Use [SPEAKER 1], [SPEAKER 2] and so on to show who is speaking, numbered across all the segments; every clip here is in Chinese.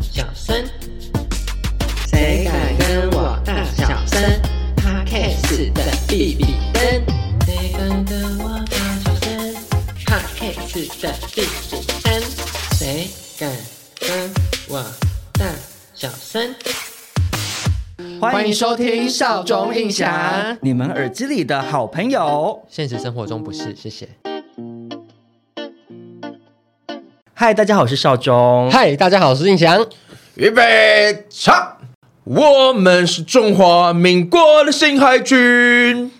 [SPEAKER 1] 小声？谁敢跟我大小声 p o d c 的比比登，谁敢跟我大小声 p o d c 的比比登，谁敢跟我大小声？
[SPEAKER 2] 欢迎
[SPEAKER 1] 收听
[SPEAKER 2] 少
[SPEAKER 1] 中印象
[SPEAKER 2] 你们耳机里的好朋友。
[SPEAKER 1] 现实生活中不是，谢谢。
[SPEAKER 2] 嗨，大家好，我是少中。
[SPEAKER 1] 嗨，大家好，我是印翔。
[SPEAKER 3] 预备唱，我们是中华民国的新海军。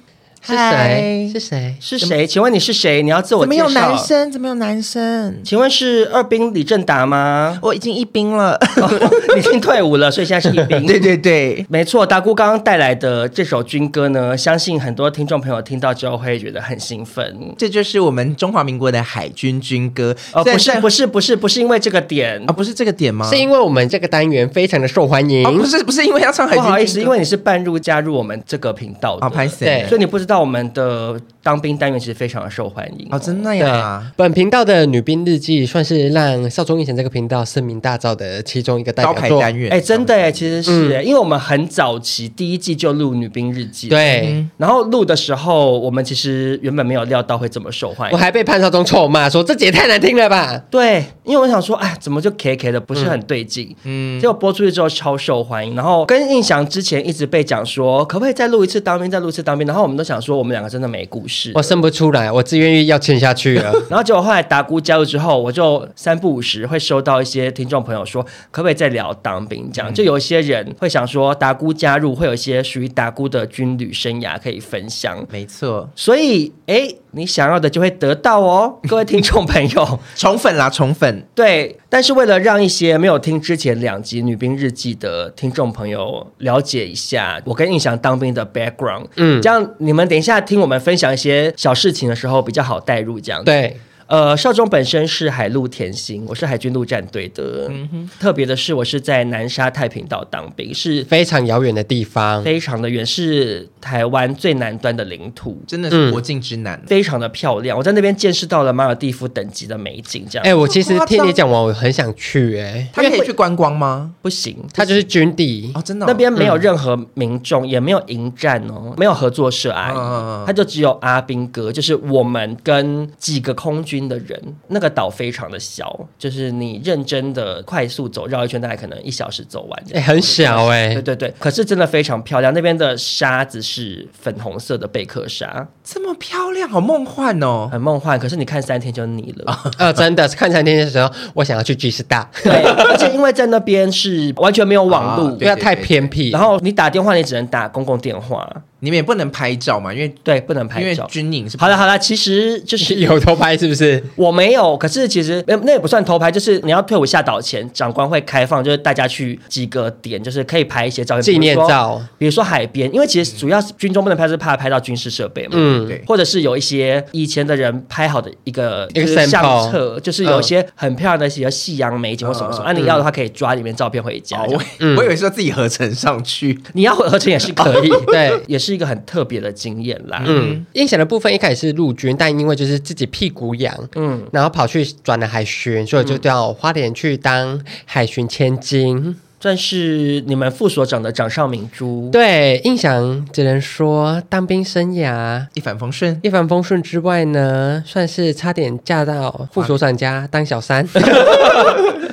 [SPEAKER 1] 是
[SPEAKER 4] 嗨
[SPEAKER 1] 谁？是谁？
[SPEAKER 2] 是谁？请问你是谁？你要自我
[SPEAKER 4] 怎么
[SPEAKER 2] 介绍。
[SPEAKER 4] 有男？生？怎么有男生？？
[SPEAKER 2] 请问是二兵李正达吗
[SPEAKER 4] 我已经一兵了。
[SPEAKER 2] 你已经退伍了，所以现在是一兵。
[SPEAKER 4] 对对对，
[SPEAKER 2] 没错，达姑刚刚带来的这首军歌呢，相信很多听众朋友听到之后会觉得很兴奋。
[SPEAKER 4] 这就是我们中华民国的海军军歌。
[SPEAKER 2] 呃，
[SPEAKER 4] 虽
[SPEAKER 2] 不
[SPEAKER 4] 然
[SPEAKER 2] 是，
[SPEAKER 4] 在
[SPEAKER 2] 不是，不是，不是因为这个点
[SPEAKER 4] 啊，，不是这个点吗？
[SPEAKER 1] 是因为我们这个单元非常的受欢迎
[SPEAKER 4] 啊，，不是不是因为要唱海
[SPEAKER 2] 不
[SPEAKER 4] 军军歌，
[SPEAKER 2] 好意思，因为你是半入加入我们这个频道的，
[SPEAKER 4] 啊，拍死
[SPEAKER 1] 对
[SPEAKER 2] 所以你不知道我们的当兵单元其实非常的受欢迎
[SPEAKER 4] 哦，真的
[SPEAKER 1] 对
[SPEAKER 4] 呀，，
[SPEAKER 1] 本频道的女兵日记算是让少中印象这个频道声名大噪的其中一个代
[SPEAKER 4] 招
[SPEAKER 1] 表
[SPEAKER 4] 牌
[SPEAKER 1] 作。
[SPEAKER 4] 单元，
[SPEAKER 2] 哎、真的哎，其实是哎、因为我们很早期第一季就录《女兵日记》，。
[SPEAKER 1] 对，
[SPEAKER 2] 然后录的时候，我们其实原本没有料到会这么受欢
[SPEAKER 1] 我
[SPEAKER 2] 迎。
[SPEAKER 1] 还被潘少忠臭骂说这也太难听了吧。
[SPEAKER 2] 对，因为我想说，哎，怎么就 K K 的不是很对劲？嗯，结果播出去之后超受欢迎，然后跟印象之前一直被讲说，可不可以再录一次当兵，再录一次当兵？然后我们都想说，我们两个真的没故事。
[SPEAKER 1] 我生不出来，我自愿意要签下去了。
[SPEAKER 2] 然后结果后来达姑加入之后，我就三不五时会收到一些听众朋友说，可不可以再聊当兵？这样、就有一些人会想说，达姑加入会有一些属于达姑的军旅生涯可以分享。
[SPEAKER 4] 没错，
[SPEAKER 2] 所以，哎，你想要的就会得到哦，各位听众朋友。
[SPEAKER 4] 宠粉啦，宠粉，
[SPEAKER 2] 对，但是为了让一些没有听之前两集《女兵日记》的听众朋友了解一下我跟印象当兵的 background，嗯，这样你们等一下听我们分享一些小事情的时候比较好带入，这样。
[SPEAKER 1] 对，
[SPEAKER 2] 呃，少中本身是海陆田心，我是海军陆战队的。特别的是，我是在南沙太平岛当兵，是
[SPEAKER 1] 非常遥远的地方，
[SPEAKER 2] 非常的远，是台湾最南端的领土，
[SPEAKER 4] 真的是国境之
[SPEAKER 1] 嗯
[SPEAKER 4] 南。
[SPEAKER 2] 非常的漂亮。我在那边见识到了马尔蒂夫等级的美景，这样。
[SPEAKER 1] 哎、我其实听你讲完，我很想去、哎，
[SPEAKER 4] 他可以去观光吗？
[SPEAKER 2] 不行，
[SPEAKER 1] 它就是军地
[SPEAKER 4] 哦，，真的哦
[SPEAKER 2] 那边没有任何民众，也没有营站哦，没有合作社阿姨，
[SPEAKER 4] 嗯嗯嗯
[SPEAKER 2] 他就只有阿兵哥，就是我们跟几个空军的人。那个岛非常的小，就是你认真的快速走绕一圈，大概可能一小时走完这
[SPEAKER 1] 哎、
[SPEAKER 2] 样。
[SPEAKER 1] 很小、
[SPEAKER 2] 对
[SPEAKER 1] 哎，
[SPEAKER 2] 对对，可是真的非常漂亮。那边的沙子是粉红色的贝壳沙，
[SPEAKER 4] 这么漂亮，好梦幻哦！
[SPEAKER 2] 很梦幻。可是你看三天就腻了。
[SPEAKER 1] 呃，真的是看餐厅的时候，我想要去 G 师大，
[SPEAKER 2] 对，而且因为在那边是完全没有网
[SPEAKER 4] 啊
[SPEAKER 2] 络，
[SPEAKER 1] 因为它太偏僻，
[SPEAKER 2] 然后你打电话你只能打公共电话，
[SPEAKER 4] 你们也不能拍照嘛，因为
[SPEAKER 2] 对，不能
[SPEAKER 4] 因
[SPEAKER 2] 拍
[SPEAKER 4] 为
[SPEAKER 2] 照。
[SPEAKER 4] 军营是
[SPEAKER 2] 好了好了，其实就 是
[SPEAKER 1] 有偷拍是不是？
[SPEAKER 2] 我没有，可是其实那那也不算偷拍，就是你要退伍下岛前，长官会开放，就是大家去几个点，就是可以拍一些照片，
[SPEAKER 1] 纪念照
[SPEAKER 2] 比如说，比如说海边，因为其实主要是军中不能拍，是怕拍到军事设备嘛。
[SPEAKER 1] 嗯，
[SPEAKER 4] 对
[SPEAKER 2] 或者是有一些以前的人拍好的一个
[SPEAKER 1] 一
[SPEAKER 2] 就
[SPEAKER 1] 个
[SPEAKER 2] 是相
[SPEAKER 1] sample 嗯
[SPEAKER 2] 册，就是有一些很漂亮的一些夕阳美景或什么什么，
[SPEAKER 4] 嗯
[SPEAKER 2] 啊，你要的话可以抓里面照片回家。
[SPEAKER 4] 哦，
[SPEAKER 2] 这样
[SPEAKER 4] 我我以
[SPEAKER 1] 嗯
[SPEAKER 4] 为是要自己合成上去，
[SPEAKER 2] 你要合成也是 可以，
[SPEAKER 1] 哦对，
[SPEAKER 2] 也是一个很特别的经验啦。
[SPEAKER 1] 嗯，印象的部分一开始是陆军，但因为就是自己屁股痒，
[SPEAKER 2] 嗯，
[SPEAKER 1] 然后跑去转了海巡，所以就到花莲去当海巡千金。
[SPEAKER 2] 算是你们副所长的掌上明珠。
[SPEAKER 1] 对，印象只能说当兵生涯
[SPEAKER 4] 一帆风顺。
[SPEAKER 1] 一帆风顺之外呢，算是差点嫁到副所长家当小 三。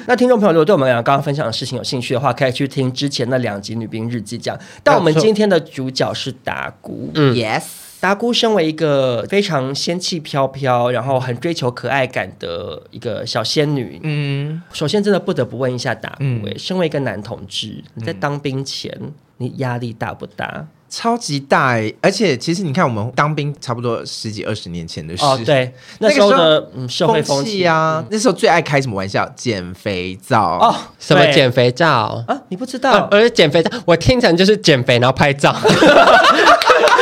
[SPEAKER 2] 那听众朋友，如果对我们俩刚刚分享的事情有兴趣的话，可以去听之前那两集《女兵日记》讲。但我们今天的主角是达姑，
[SPEAKER 1] 嗯
[SPEAKER 4] Yes，
[SPEAKER 2] 达姑身为一个非常仙气飘飘，然后很追求可爱感的一个小仙女。
[SPEAKER 4] 嗯，
[SPEAKER 2] 首先，真的不得不问一下达姑、
[SPEAKER 4] 嗯
[SPEAKER 1] 嗯
[SPEAKER 2] 诶身为一个男同志，你在当兵前，你压力大不大？
[SPEAKER 4] 超级大哎、而且其实你看，我们当兵差不多十几二十年前的事，
[SPEAKER 2] 哦，，对，那
[SPEAKER 4] 那个
[SPEAKER 2] 时候
[SPEAKER 4] 时候
[SPEAKER 2] 的嗯社会风嗯
[SPEAKER 4] 气啊，那时候最爱开什么玩笑？减肥皂
[SPEAKER 2] 哦，
[SPEAKER 1] 啊什么
[SPEAKER 2] 对
[SPEAKER 1] 减肥照？
[SPEAKER 2] 啊？你不知
[SPEAKER 1] 啊
[SPEAKER 2] 道，
[SPEAKER 1] 我是减肥照，我听成就是减肥然后拍 照。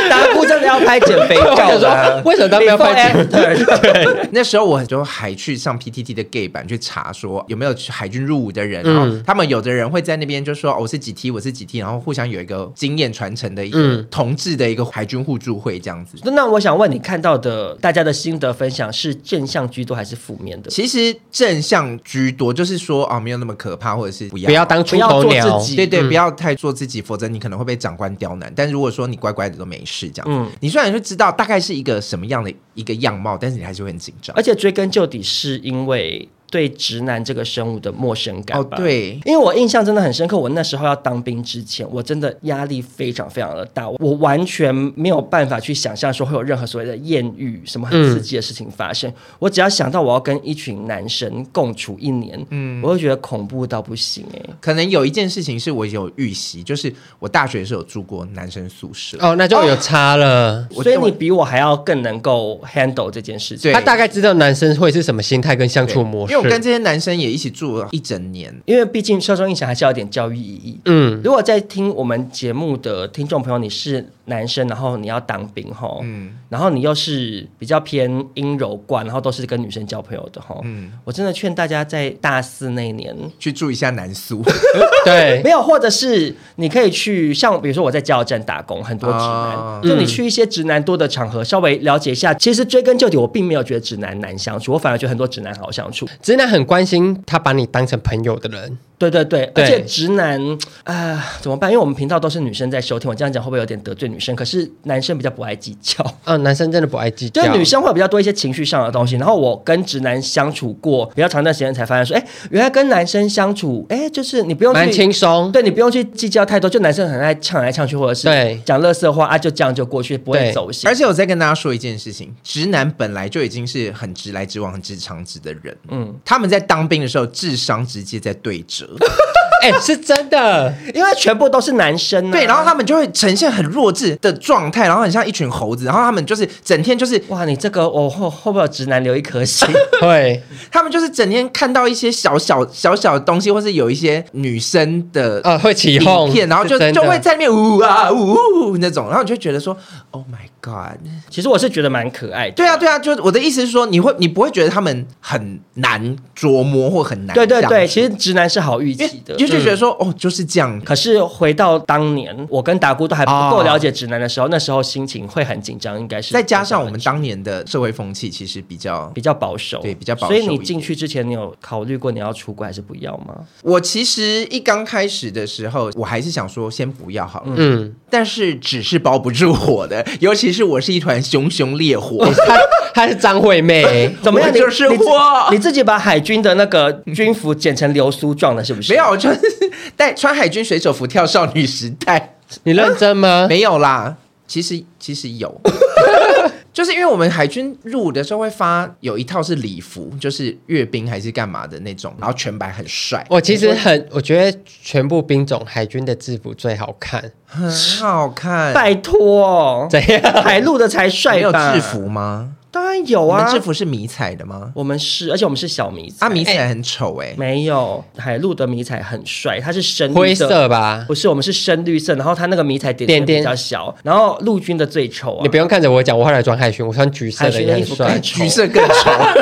[SPEAKER 2] 达姑真的要拍减肥
[SPEAKER 1] 我
[SPEAKER 2] 照啊
[SPEAKER 1] 想
[SPEAKER 2] 啦
[SPEAKER 1] 说，。为什么他们要拍照？
[SPEAKER 4] 那时候我就还去上 PTT 的 gay 版去查说有没有去海军入伍的人，然
[SPEAKER 2] 嗯
[SPEAKER 4] 后他们有的人会在那边就说、哦、我是几 T，我是几 T，然后互相有一个经验传承的一个
[SPEAKER 2] 嗯
[SPEAKER 4] 同志的一个海军互助会这样子。
[SPEAKER 2] 那我想问你，看到的大家的心得分享是正向居多还是负面的？
[SPEAKER 4] 其实正向居多，就是说啊、没有那么可怕，或者是不要
[SPEAKER 1] 不要当出头
[SPEAKER 2] 不要做
[SPEAKER 1] 鸟
[SPEAKER 2] 自己，
[SPEAKER 4] 哦对对，不要太做自己，否则你可能会被长官刁难。但如果说你乖乖的都没事这样，
[SPEAKER 2] 嗯
[SPEAKER 4] 嗯，你虽然就知道大概是一个什么样的一个样貌，但是你还是会很紧张
[SPEAKER 2] 而。且追根究底，是因为对直男这个生物的陌生感
[SPEAKER 4] 哦，
[SPEAKER 2] 吧？。
[SPEAKER 4] 对，
[SPEAKER 2] 因为我印象真的很深刻，我那时候要当兵之前，我真的压力非常非常的大，我完全没有办法去想象说会有任何所谓的艳遇什么很刺激的事情发生。我只要想到我要跟一群男生共处一年，嗯，我会觉得恐怖到不行哎、
[SPEAKER 4] 可能有一件事情是我有预习，就是我大学的时候有住过男生宿舍，
[SPEAKER 1] 哦，那就有差了。
[SPEAKER 4] 我
[SPEAKER 2] 所以你比我还要更能够 handle 这件事情。
[SPEAKER 4] 对
[SPEAKER 1] 他大概知道男生会是什么心态跟相
[SPEAKER 4] 对
[SPEAKER 1] 处模式。
[SPEAKER 4] 因为我跟这些男生也一起住了一整年。
[SPEAKER 2] 因为毕竟受众印象还是要有点教育意义。
[SPEAKER 1] 嗯，
[SPEAKER 2] 如果在听我们节目的听众朋友，你是男生，然后你要当兵吼，
[SPEAKER 4] 嗯，
[SPEAKER 2] 然后你又是比较偏阴柔惯，然后都是跟女生交朋友的吼，
[SPEAKER 4] 嗯
[SPEAKER 2] 我真的劝大家在大四那一年。
[SPEAKER 4] 去住一下男宿，
[SPEAKER 1] 对
[SPEAKER 2] 没有，或者是你可以去像比如说我在加油站打工，很多直男，
[SPEAKER 4] 啊
[SPEAKER 2] 就你去一些直男多的场合，稍微了解一下。其实追根究底，我并没有觉得直男难相处，我反而觉得很多直男好相处。
[SPEAKER 1] 直男很关心他把你当成朋友的人，
[SPEAKER 2] 对对对，
[SPEAKER 1] 对
[SPEAKER 2] 而且直男啊、呃怎么办？因为我们频道都是女生在收听，我这样讲会不会有点得罪女生？可是男生比较不爱计较，
[SPEAKER 1] 嗯、男生真的不爱计
[SPEAKER 2] 就
[SPEAKER 1] 较。
[SPEAKER 2] 是女生会有比较多一些情绪上的东西。然后我跟直男相处过比较长一段时间，才发现说，哎，原来跟男生相处，哎，就是你不用
[SPEAKER 1] 蛮
[SPEAKER 2] 去。
[SPEAKER 1] 轻松，
[SPEAKER 2] 对你不用去计较太多，就男生很爱呛来呛去，或者是
[SPEAKER 1] 对
[SPEAKER 2] 讲乐色话啊，就这样就过去，不会
[SPEAKER 1] 对
[SPEAKER 2] 走心
[SPEAKER 4] 而。且我再跟大家说一件事情，直男本来就已经是很直来直往、很直肠直的人，
[SPEAKER 2] 嗯，
[SPEAKER 4] 他们在当兵的时候智商直接在对折，
[SPEAKER 1] 哎、是真的。
[SPEAKER 2] 因为全部都是男生、啊，
[SPEAKER 4] 对，然后他们就会呈现很弱智的状态，然后很像一群猴子，然后他们就是整天就是
[SPEAKER 2] 哇，你这个我后后边有直男留一颗心，
[SPEAKER 1] 对，
[SPEAKER 4] 他们就是整天看到一些小小小小的东西，或是有一些女生的
[SPEAKER 1] 呃，会起哄
[SPEAKER 4] 影，片，然后就是
[SPEAKER 1] 真的
[SPEAKER 4] 就会在那边呜啊呜呜呜那种，然后你就觉得说，Oh my God，
[SPEAKER 2] 其实我是觉得蛮可爱的。
[SPEAKER 4] 对啊对啊，就我的意思是说，你会你不会觉得他们很难琢磨或很难
[SPEAKER 2] 对对
[SPEAKER 4] 相
[SPEAKER 2] 对，
[SPEAKER 4] 处
[SPEAKER 2] 其实直男是好预期的，
[SPEAKER 4] 因为就就觉得说、哦就是这样，
[SPEAKER 2] 可是回到当年，我跟达姑都还不够了解直男的时候，那时候心情会很紧张，应该是
[SPEAKER 4] 再加上我们当年的社会风气其实比较
[SPEAKER 2] 比较保守，
[SPEAKER 4] 对比较保守
[SPEAKER 2] 所
[SPEAKER 4] 一点
[SPEAKER 2] 以你进去之前，你有考虑过你要出轨还是不要吗？
[SPEAKER 4] 我其实一刚开始的时候，我还是想说先不要好了，
[SPEAKER 1] 嗯，
[SPEAKER 4] 但是纸是包不住火的， 尤其是我是一团熊熊烈火，
[SPEAKER 1] 她她是张惠妹、
[SPEAKER 2] 怎么样？
[SPEAKER 4] 我
[SPEAKER 2] 你
[SPEAKER 4] 就是
[SPEAKER 2] 你自
[SPEAKER 4] 我
[SPEAKER 2] 你自己把海军的那个军服剪成流苏状的，是不是？
[SPEAKER 4] 没有，我就是带穿海军水手服跳少女时 代，
[SPEAKER 1] 你认真吗？
[SPEAKER 4] 没有啦，其实其实 有。就是因为我们海军入伍的时候会发有一套是礼服，就是阅兵还是干嘛的那种，然后全白很帅，
[SPEAKER 1] 我其实很，我觉得全部兵种海军的制服最好看。
[SPEAKER 4] 很好看。
[SPEAKER 2] 拜托，哦
[SPEAKER 1] 怎样？
[SPEAKER 2] 海陆的才
[SPEAKER 4] 你
[SPEAKER 2] 帅
[SPEAKER 4] 有
[SPEAKER 2] 吧？
[SPEAKER 4] 制，服吗？
[SPEAKER 2] 当然有
[SPEAKER 4] 我们
[SPEAKER 2] 啊，
[SPEAKER 4] 制服是迷彩的吗？
[SPEAKER 2] 我们是，而且我们是小迷彩
[SPEAKER 4] 啊，迷彩很丑哎、
[SPEAKER 2] 没有海陆的迷彩很帅，它是深绿
[SPEAKER 1] 灰色吧，
[SPEAKER 2] 不是，我们是深绿色，然后它那个迷彩点点
[SPEAKER 1] 点点
[SPEAKER 2] 比较小，然后陆军的最丑啊
[SPEAKER 1] 你，不用看着我讲，我后来装海巡，我穿橘
[SPEAKER 2] 海
[SPEAKER 1] 色的
[SPEAKER 2] 巡
[SPEAKER 1] 也
[SPEAKER 2] 的衣
[SPEAKER 1] 很
[SPEAKER 2] 服更
[SPEAKER 1] 帅。
[SPEAKER 2] 丑，
[SPEAKER 4] 橘色更 丑。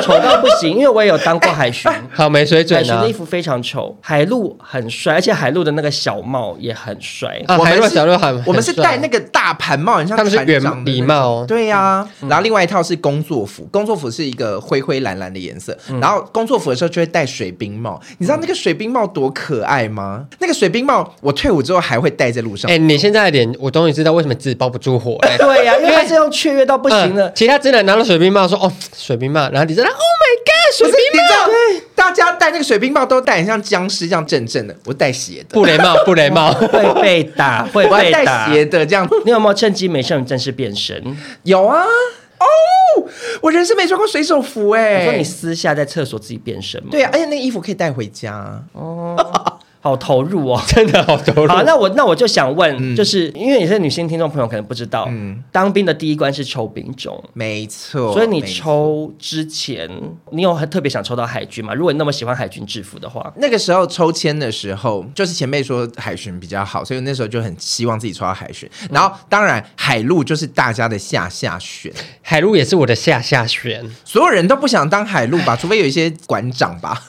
[SPEAKER 2] 丑到不行，因为我也有当过海巡，
[SPEAKER 1] 好没水
[SPEAKER 2] 海
[SPEAKER 1] 准
[SPEAKER 2] 巡
[SPEAKER 1] 啊
[SPEAKER 2] 的衣！服非常丑，海陆很帅，而且海陆的那个小帽也很帅。
[SPEAKER 1] 啊，
[SPEAKER 4] 我们
[SPEAKER 1] 海若
[SPEAKER 4] 是
[SPEAKER 1] 小若很，
[SPEAKER 4] 我们是
[SPEAKER 1] 很帅
[SPEAKER 4] 戴那个大盘帽，很像
[SPEAKER 1] 他们是
[SPEAKER 4] 船长
[SPEAKER 1] 圆
[SPEAKER 4] 的那
[SPEAKER 1] 礼
[SPEAKER 4] 种。
[SPEAKER 1] 帽，啊嗯
[SPEAKER 4] 对呀、然后另外一套是工作服，工作服是一个灰灰蓝蓝的颜色，
[SPEAKER 1] 嗯
[SPEAKER 4] 然后工作服的时候就会戴水兵帽。你知道那个水兵帽多可爱吗？那个水兵帽我退伍之后还会戴在路上。
[SPEAKER 1] 嗯哎、你现在的脸，我终于知道为什么自己包不住火了、
[SPEAKER 2] 对呀、因为它是用雀跃到不行的
[SPEAKER 1] 嗯，其他真的拿到水兵帽说哦，水兵帽，然后你真的 Oh my God，
[SPEAKER 4] 不
[SPEAKER 1] 水
[SPEAKER 4] 是，
[SPEAKER 1] 兵
[SPEAKER 4] 你知道大家戴那个水兵帽都戴很像僵尸这样正正的，我戴斜的，
[SPEAKER 1] 布雷帽，布雷帽，
[SPEAKER 2] 会被打，会
[SPEAKER 4] 我还
[SPEAKER 2] 被打
[SPEAKER 4] 戴。斜的这样。
[SPEAKER 2] 你有没有趁机美少女战士变身？
[SPEAKER 4] 有啊，哦，我人生没穿过水手服哎、啊
[SPEAKER 2] 我说你私下在厕所自己变身吗？
[SPEAKER 4] 对啊，而且那个衣服可以带回家。
[SPEAKER 2] 哦，好投入哦。
[SPEAKER 1] 真的好投入。
[SPEAKER 2] 好，那我那我就想问，
[SPEAKER 4] 嗯
[SPEAKER 2] 就是因为有些女性听众朋友可能不知道，当兵的第一关是抽兵种，
[SPEAKER 4] 没错。
[SPEAKER 2] 所以你
[SPEAKER 4] 哦没错
[SPEAKER 2] 抽之前，你有很特别想抽到海军吗？如果你那么喜欢海军制服的 话，
[SPEAKER 4] 那个时候抽签的时候，就是前辈说海巡比较好，所以那时候就很希望自己抽到海巡。然后当然海陆就是大家的下下选，
[SPEAKER 1] 海陆也是我的下下选，
[SPEAKER 4] 所有人都不想当海陆吧，除非有一些馆长吧，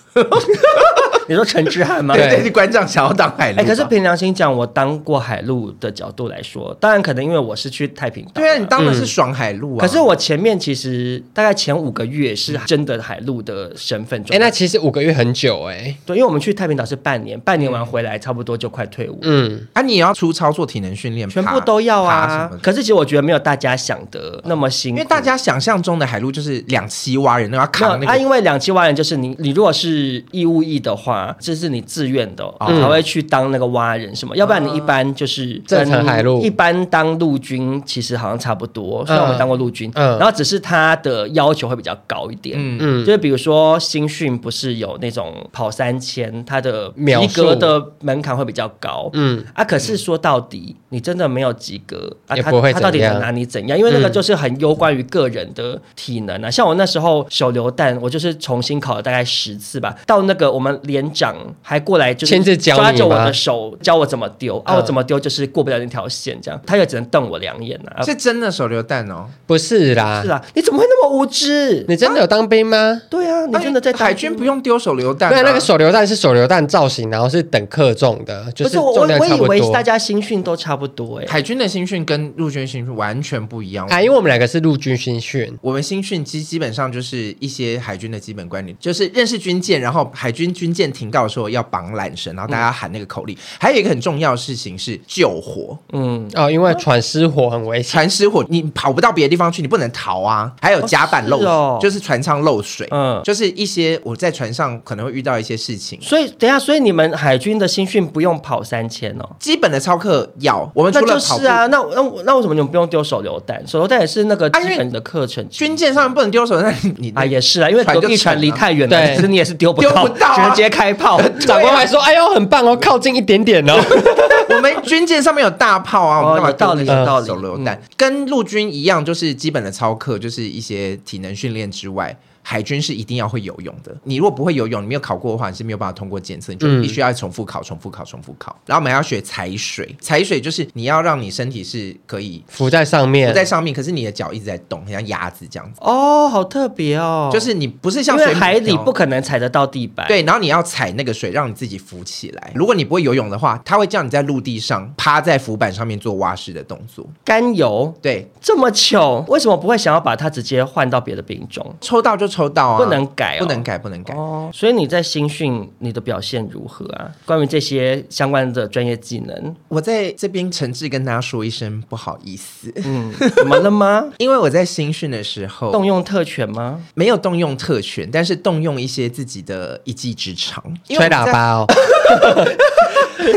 [SPEAKER 2] 你说陈志汉吗？
[SPEAKER 4] 对对，馆长想要当海陆吧。
[SPEAKER 2] 哎、可是凭良心讲，我当过海陆的角度来说，当然可能因为我是去太平岛的，
[SPEAKER 4] 对啊，你当的是爽海陆啊。
[SPEAKER 2] 嗯可是我前面其实大概前五个月
[SPEAKER 4] 嗯
[SPEAKER 2] 是真的海陆的身份
[SPEAKER 1] 哎、
[SPEAKER 2] 状态。
[SPEAKER 1] 那其实五个月很久哎、
[SPEAKER 2] 对，因为我们去太平岛是半年，半年完
[SPEAKER 4] 嗯
[SPEAKER 2] 回来差不多就快退伍，
[SPEAKER 1] 嗯，
[SPEAKER 4] 啊，你也要出操作体能训练，
[SPEAKER 2] 全
[SPEAKER 4] 爬
[SPEAKER 2] 部都要
[SPEAKER 4] 爬什
[SPEAKER 2] 啊
[SPEAKER 4] 么。的
[SPEAKER 2] 可是其实我觉得没有大家想的那么辛
[SPEAKER 4] 因
[SPEAKER 2] 苦，
[SPEAKER 4] 为大家想象中的海陆就是两栖蛙人，那要
[SPEAKER 2] 那
[SPEAKER 4] 扛那
[SPEAKER 2] 啊，
[SPEAKER 4] 个。
[SPEAKER 2] 因为两千万人就是你，你如果是义务役的话，这是你自愿的、哦才会去当那个蛙人什么，要不然你一般就是
[SPEAKER 1] 正
[SPEAKER 2] 跟
[SPEAKER 1] 常海陆
[SPEAKER 2] 一般当陆军其实好像差不多，虽然我们当过陆军，
[SPEAKER 1] 嗯
[SPEAKER 2] 然后只是他的要求会比较高一点，嗯嗯，就是比如说新训不是有那种跑三千，他的
[SPEAKER 1] 秒
[SPEAKER 2] 及
[SPEAKER 1] 数
[SPEAKER 2] 格的门槛会比较高，嗯啊，可是说到底，你真的没有及格啊，
[SPEAKER 1] 也
[SPEAKER 2] 他
[SPEAKER 1] 不会
[SPEAKER 2] 他到底
[SPEAKER 1] 怎样
[SPEAKER 2] 很难。你怎样，因为那个就是很攸关于个人的体能啊。像我那时候手榴弹，我就是重新考了大概十次吧。到那个我们连长还过来就是
[SPEAKER 1] 亲自教你吗
[SPEAKER 2] 抓着我的手教我怎么丢啊，
[SPEAKER 1] 嗯
[SPEAKER 2] 我怎么丢就是过不了那条线，这样他也只能瞪我两眼啊。
[SPEAKER 4] 是真的手榴弹哦，
[SPEAKER 1] 不是啦，
[SPEAKER 2] 是啊，你怎么会那么无知？
[SPEAKER 1] 你真的有当兵吗？
[SPEAKER 2] 对啊，你
[SPEAKER 1] 哎
[SPEAKER 2] 真的在当
[SPEAKER 4] 哎海军不用丢手榴弹、啊，
[SPEAKER 1] 对，那个手榴弹是手榴弹造型，然后是等克重的，就
[SPEAKER 2] 不
[SPEAKER 1] 是
[SPEAKER 2] 是我我
[SPEAKER 1] 重量
[SPEAKER 2] 我
[SPEAKER 1] 差
[SPEAKER 2] 以
[SPEAKER 1] 不
[SPEAKER 2] 为
[SPEAKER 1] 多。
[SPEAKER 2] 大家新训都差不多哎、
[SPEAKER 4] 海军的新训跟陆军新训完全不一样。
[SPEAKER 2] 哎
[SPEAKER 1] 啊，因为我们两个是陆军新训，
[SPEAKER 4] 我们新训基基本上就是一些海军的基本观念，就是认识军舰，然后海军军舰停靠的时候要绑缆绳，然后大家喊那个口令。还有一个很重要的事情是救火，
[SPEAKER 2] 嗯，
[SPEAKER 1] 哦，因为船失火很 危险。
[SPEAKER 4] 船失火，你跑不到别的地方去，你不能逃啊。还有甲板漏
[SPEAKER 2] 哦是
[SPEAKER 4] 水，
[SPEAKER 2] 哦
[SPEAKER 4] 就是船舱漏水，
[SPEAKER 2] 嗯
[SPEAKER 4] 就是一些我在船上可能会遇到一些事情。
[SPEAKER 2] 所以等一下，所以你们海军的新训不用跑三千哦。
[SPEAKER 4] 基本的操课要，我们除
[SPEAKER 2] 那
[SPEAKER 4] 了
[SPEAKER 2] 就
[SPEAKER 4] 跑步
[SPEAKER 2] 是啊，那我那我那为什么你们不用丢手榴弹？手榴弹也是那个
[SPEAKER 4] 啊
[SPEAKER 2] 基
[SPEAKER 4] 因为
[SPEAKER 2] 本的课程之一。
[SPEAKER 4] 军舰上面不能丢手，那你你
[SPEAKER 2] 啊，也是啊，因为
[SPEAKER 4] 船
[SPEAKER 2] 隔
[SPEAKER 4] 就
[SPEAKER 2] 壁船
[SPEAKER 4] 沉
[SPEAKER 2] 离
[SPEAKER 4] 了
[SPEAKER 2] 太远了，
[SPEAKER 1] 对
[SPEAKER 2] 其实你也是丢不
[SPEAKER 4] 丢
[SPEAKER 2] 到，
[SPEAKER 4] 不到啊
[SPEAKER 2] 只能直接开 炮。
[SPEAKER 1] 长官还说：“哎呦，很棒哦，靠近一点点哦。
[SPEAKER 4] 我们军舰上面有大炮啊，我们干嘛
[SPEAKER 2] 哦有道理
[SPEAKER 4] 丢那
[SPEAKER 2] 有道
[SPEAKER 4] 个
[SPEAKER 2] 理嗯
[SPEAKER 4] 手榴弹？跟陆军一样，就是基本的操课，就是一些体能训练之外。海军是一定要会游泳的，你如果不会游泳，你没有考过的话，你是没有办法通过检测，你就
[SPEAKER 2] 嗯
[SPEAKER 4] 必须要重复考、重复考、重复考。然后我们还要学踩水，踩水就是你要让你身体是可以”
[SPEAKER 1] 浮在上面
[SPEAKER 4] 浮，在上面，可是你的脚一直在动，很像鸭子这样子，
[SPEAKER 2] 哦，好特别哦，
[SPEAKER 4] 就是你不是
[SPEAKER 2] 因
[SPEAKER 4] 像水
[SPEAKER 2] 为
[SPEAKER 4] 母
[SPEAKER 2] 海里
[SPEAKER 4] 漂
[SPEAKER 2] 不可能踩得到地板。，
[SPEAKER 4] 对，然后你要踩那个水，让你自己浮起来。如果你不会游泳的话，他会叫你在陆地上趴在浮板上面做蛙式的动作。
[SPEAKER 2] 甘油
[SPEAKER 4] 对，
[SPEAKER 2] 这么糗，为什么不会想要把它直接换到别的兵种？
[SPEAKER 4] 抽到就抽到啊，
[SPEAKER 2] 不能改哦
[SPEAKER 4] 不能改，不能改。
[SPEAKER 2] 哦，所以你在新训你的表现如何啊？关于这些相关的专业技能，
[SPEAKER 4] 我在这边诚挚跟大家说一声不好意思，
[SPEAKER 2] 嗯，怎么了吗？
[SPEAKER 4] 因为我在新训的时候
[SPEAKER 2] 动用特权吗？
[SPEAKER 4] 没有动用特权，但是动用一些自己的一技之长，因
[SPEAKER 1] 吹
[SPEAKER 4] 为我们
[SPEAKER 1] 喇
[SPEAKER 4] 在
[SPEAKER 1] 叭 哦。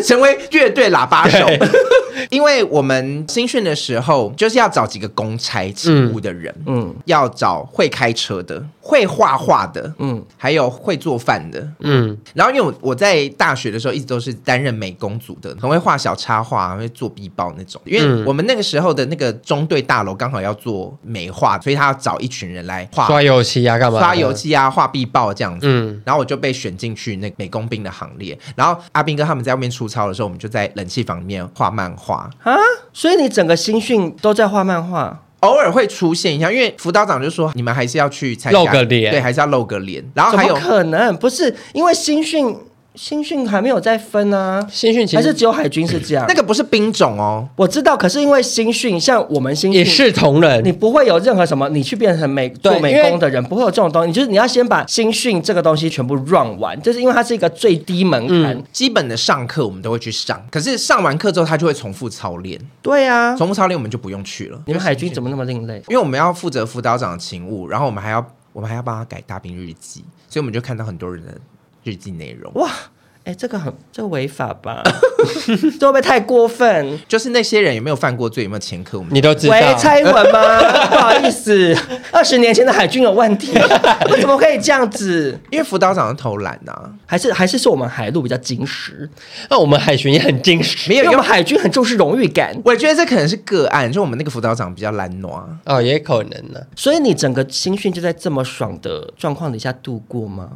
[SPEAKER 4] 成为乐队喇叭手。 因为我们新训的时候，就是要找几个公差勤务的人，
[SPEAKER 2] 嗯
[SPEAKER 4] 嗯，要找会开车的、会画画的，
[SPEAKER 2] 嗯
[SPEAKER 4] 嗯，还有会做饭的。
[SPEAKER 1] 嗯，
[SPEAKER 4] 然后因为我我在大学的时候一直都是担任美工组的，很会画小插画，会做壁报那种。因为我们那个时候的那个中队大楼刚好要做美化，所以他要找一群人来画
[SPEAKER 1] 刷油漆啊，干嘛？
[SPEAKER 4] 刷油。漆啊、画壁报这样子。
[SPEAKER 1] 嗯
[SPEAKER 4] 然后我就被选进去那个美工兵的行列。然后阿兵哥他们在外面出操的时候，我们就在冷气房里面画漫画，
[SPEAKER 2] 啊，所以你整个新训都在画漫画，
[SPEAKER 4] 偶尔会出现一下，因为辅导长就说你们还是要去参加
[SPEAKER 1] 露个脸
[SPEAKER 4] 对，还是要露个脸。然后
[SPEAKER 2] 怎
[SPEAKER 4] 还有
[SPEAKER 2] 么可能？不是因为新训，新训还没有在分啊，
[SPEAKER 1] 新训其
[SPEAKER 2] 还是
[SPEAKER 1] 实
[SPEAKER 2] 只有海军是这样？
[SPEAKER 4] 那个不是兵种哦，
[SPEAKER 2] 我知道，可是因为新训，像我们新训
[SPEAKER 1] 一视同仁
[SPEAKER 2] 你。不会有任何什么，你去变成美
[SPEAKER 1] 对
[SPEAKER 2] 做美
[SPEAKER 1] 因为
[SPEAKER 2] 工的人，不会有这种东西。就是你要先把新训这个东西全部 run 完，就是因为它是一个最低门槛。
[SPEAKER 4] 基本的上课我们都会去上，可是上完课之后他就会重复操练，
[SPEAKER 2] 对啊，
[SPEAKER 4] 重复操练我们就不用去了。
[SPEAKER 2] 你们海军怎么那么另类？
[SPEAKER 4] 因为我们要负责辅导长的勤务，然后我们还要我们还要帮他改大兵日记，所以我们就看到很多人的日记内容。
[SPEAKER 2] 哇！哎，这个很这违法吧？ 这会不会太过分？
[SPEAKER 4] 就是那些人有没有犯过罪，有没有前科？我们
[SPEAKER 1] 你都知
[SPEAKER 2] 喂
[SPEAKER 1] 道，。
[SPEAKER 2] 蔡英文吗？ 不好意思，二十年前的海军有问题，为什么可以这样子？
[SPEAKER 4] 因为辅导长是偷懒呐、啊，
[SPEAKER 2] 还是还是是我们海陆比较矜持，
[SPEAKER 1] 那哦我们海巡也很矜持
[SPEAKER 2] 没有，因为我们海军很重视荣誉感，
[SPEAKER 4] 我觉得这可能是个案，就我们那个辅导长比较懒惰。啊
[SPEAKER 1] 哦，也可能呢、
[SPEAKER 2] 所以你整个新训就在这么爽的状况底下度过吗？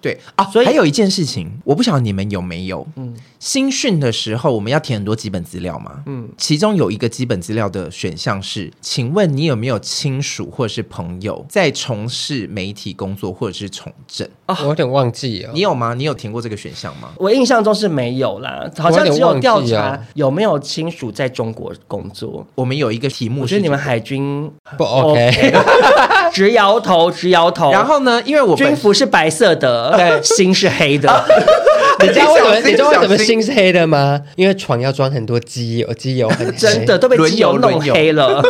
[SPEAKER 4] 对啊，
[SPEAKER 2] 所以
[SPEAKER 4] 还有一件事情，我不晓得你们有没有，嗯，新训的时候我们要填很多基本资料嘛，嗯，其中有一个基本资料的选项是，请问你有没有亲属或是朋友在从事媒体工作或者是从政？
[SPEAKER 1] 我有点忘记哦
[SPEAKER 4] 你。有吗？你有填过这个选项吗？
[SPEAKER 2] 我印象中是没有啦，好像只有调查有没有亲属在中国工作。
[SPEAKER 4] 我们有一个题目
[SPEAKER 2] 我哎
[SPEAKER 4] 是
[SPEAKER 2] 觉得你们海军
[SPEAKER 1] 不
[SPEAKER 2] 哦
[SPEAKER 1] OK，
[SPEAKER 2] 直摇头，直摇头。
[SPEAKER 4] 然后呢？因为我
[SPEAKER 2] 军
[SPEAKER 4] 本
[SPEAKER 2] 服是白色的，心是黑的。
[SPEAKER 1] 你知道为什么？
[SPEAKER 4] 小心
[SPEAKER 1] 你知道为什
[SPEAKER 4] 小
[SPEAKER 1] 么
[SPEAKER 4] 心
[SPEAKER 1] 心是黑的吗？因为床要装很多机油，机油 很黑
[SPEAKER 2] 真的。都被机油弄黑了。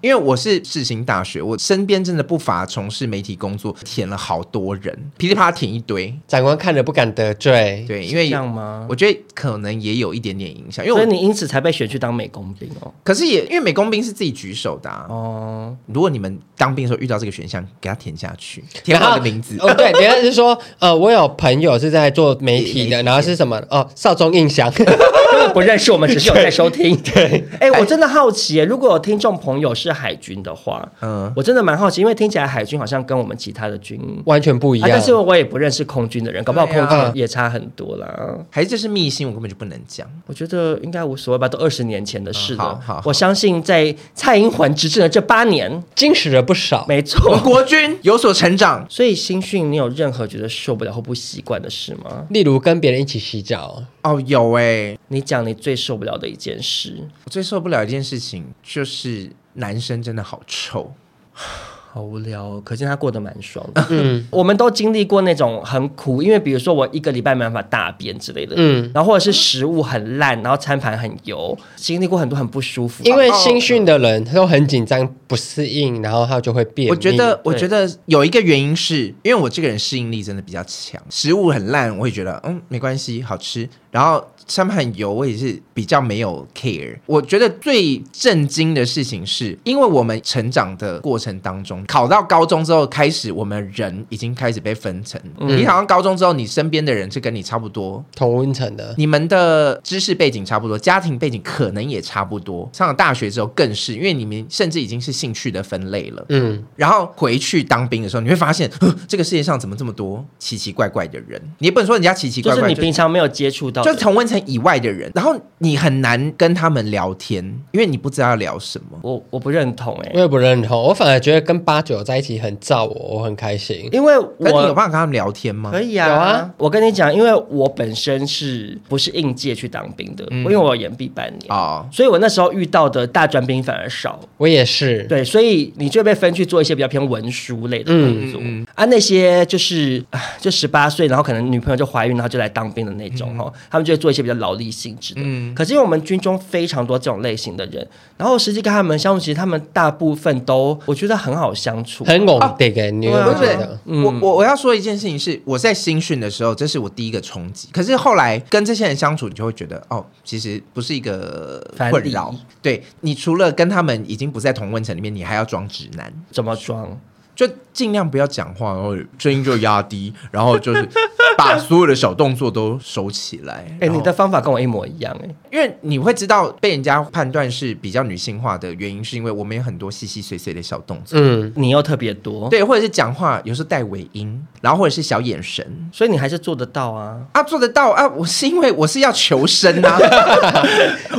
[SPEAKER 4] 因为我是世新大学，我身边真的不乏从事媒体工作，填了好多人，噼里啪啦填一堆。
[SPEAKER 1] 长官看了不敢得罪，
[SPEAKER 4] 对，因为
[SPEAKER 2] 这样吗
[SPEAKER 4] 我觉得可能也有一点点影响，因
[SPEAKER 2] 所
[SPEAKER 4] 为
[SPEAKER 2] 以
[SPEAKER 4] 我
[SPEAKER 2] 你因此才被选去当美工兵哦。
[SPEAKER 4] 可是也因为美工兵是自己举手的、啊。
[SPEAKER 2] 哦，
[SPEAKER 4] 如果你们当兵的时候遇到这个选项，给他填下去，填
[SPEAKER 1] 然
[SPEAKER 4] 好
[SPEAKER 1] 后
[SPEAKER 4] 的 名字。
[SPEAKER 1] 哦，对，人家是说，呃，我有朋友是在做媒体的，然后是什么？哦，少中印象，
[SPEAKER 2] 根本不认识我们，只是有在收听。 对，哎，我真的好奇耶，如果有听众朋友是海军的话，
[SPEAKER 4] 嗯，
[SPEAKER 2] 我真的蛮好奇，因为听起来海军好像跟我们其他的军
[SPEAKER 1] 完全不一
[SPEAKER 2] 啊，
[SPEAKER 1] 样。
[SPEAKER 2] 但是我也不认识空军的人，搞不好空
[SPEAKER 4] 对啊
[SPEAKER 2] 军也差很多啦。
[SPEAKER 4] 还是这是密信，我根本就不能讲。
[SPEAKER 2] 我觉得应该无所谓吧，都二十年前的事了。
[SPEAKER 4] 好好好
[SPEAKER 2] 我相信在蔡英文执政的这八年，
[SPEAKER 1] 矜持了不少。
[SPEAKER 2] 没
[SPEAKER 4] 我 们
[SPEAKER 2] 错。
[SPEAKER 4] 国军有所成长，
[SPEAKER 2] 所以新训，你有任何觉得受不了或不习惯的事吗？
[SPEAKER 1] 例如跟别人一起洗澡，
[SPEAKER 4] 哦，有哎、
[SPEAKER 2] 你讲你最受不了的一件事，
[SPEAKER 4] 我最受不了一件事情就是男生真的好臭。
[SPEAKER 2] 好无聊、哦。可见他过得蛮爽的。嗯， 我们都经历过那种很苦，因为比如说我一个礼拜没办法大便之类的，嗯，然后或者是食物很烂，然后餐盘很油，经历过很多很不舒服。
[SPEAKER 1] 因为新训的人都很紧张、不适应，然后他就会便秘。
[SPEAKER 4] 我觉得，我
[SPEAKER 2] 对
[SPEAKER 4] 觉得有一个原因是因为我这个人适应力真的比较强，食物很烂，我也觉得嗯没关系，好吃。然后上面很油，我也是比较没有 care。我觉得最震惊的事情是，因为我们成长的过程当中，考到高中之后开始，我们人已经开始被分层。
[SPEAKER 1] 嗯
[SPEAKER 4] 你考上高中之后，你身边的人是跟你差不多，
[SPEAKER 1] 同温层的，
[SPEAKER 4] 你们的知识背景差不多，家庭背景可能也差不多。上了大学之后更是，因为你们甚至已经是兴趣的分类了。
[SPEAKER 1] 嗯，
[SPEAKER 4] 然后回去当兵的时候，你会发现，呵这个世界上怎么这么多奇奇怪怪的人？你也不能说人家奇奇
[SPEAKER 2] 就
[SPEAKER 4] 怪
[SPEAKER 2] 是
[SPEAKER 4] 怪，
[SPEAKER 2] 你
[SPEAKER 4] 就是
[SPEAKER 2] 平常没有接触到
[SPEAKER 4] 就
[SPEAKER 2] 的，
[SPEAKER 4] 是同温层以外的人，然后你很难跟他们聊天，因为你不知道要聊什么。
[SPEAKER 2] 我我不认同哎、
[SPEAKER 1] 我也不认同。我反而觉得跟八九在一起很燥我，我很开心。
[SPEAKER 2] 因为
[SPEAKER 4] 可是你有
[SPEAKER 2] 我
[SPEAKER 4] 办法跟他们聊天吗？
[SPEAKER 2] 可以啊，
[SPEAKER 1] 有啊
[SPEAKER 2] 我跟你讲，因为我本身是不是应届去当兵的，因为我有延毕半年。
[SPEAKER 4] 嗯哦，
[SPEAKER 2] 所以，我那时候遇到的大专兵反而少，
[SPEAKER 1] 我也是，
[SPEAKER 2] 对，所以你就被分去做一些比较偏文书类的
[SPEAKER 4] 嗯
[SPEAKER 2] 工作、啊。那些就是啊就十八岁，然后可能女朋友就怀孕，然后就来当兵的那种
[SPEAKER 4] 嗯
[SPEAKER 2] 哈、哦，他们就会做一些比较劳力性质的。可是因为我们军中非常多这种类型的人，然后实际跟他们相处，其实他们大部分都我觉得很好相处，
[SPEAKER 1] 很
[SPEAKER 4] 哦
[SPEAKER 1] 稳定的，你有没有
[SPEAKER 4] 不
[SPEAKER 1] 觉
[SPEAKER 4] 是
[SPEAKER 1] 得？，
[SPEAKER 2] 嗯
[SPEAKER 4] 我我我要说一件事情是，我在新训的时候，这是我第一个冲击。可是后来跟这些人相处，你就会觉得，哦，其实不是一个
[SPEAKER 2] 反
[SPEAKER 4] 困
[SPEAKER 2] 理
[SPEAKER 4] 扰。对你除了跟他们已经不在同温层里面，你还要装直男。
[SPEAKER 2] 怎么装？
[SPEAKER 4] 就尽量不要讲话，然后声音就压低，然后就是把所有的小动作都收起来。
[SPEAKER 2] 哎、
[SPEAKER 4] 然后
[SPEAKER 2] 你的方法跟我一模一样哎、
[SPEAKER 4] 因为你会知道被人家判断是比较女性化的原因，是因为我们有很多细细碎碎的小动作，
[SPEAKER 1] 嗯，
[SPEAKER 2] 你又特别多，
[SPEAKER 4] 对，或者是讲话有时候带尾音，然后或者是小眼神。
[SPEAKER 2] 所以你还是做得到啊。
[SPEAKER 4] 啊，做得到啊！我是因为我是要求生 啊，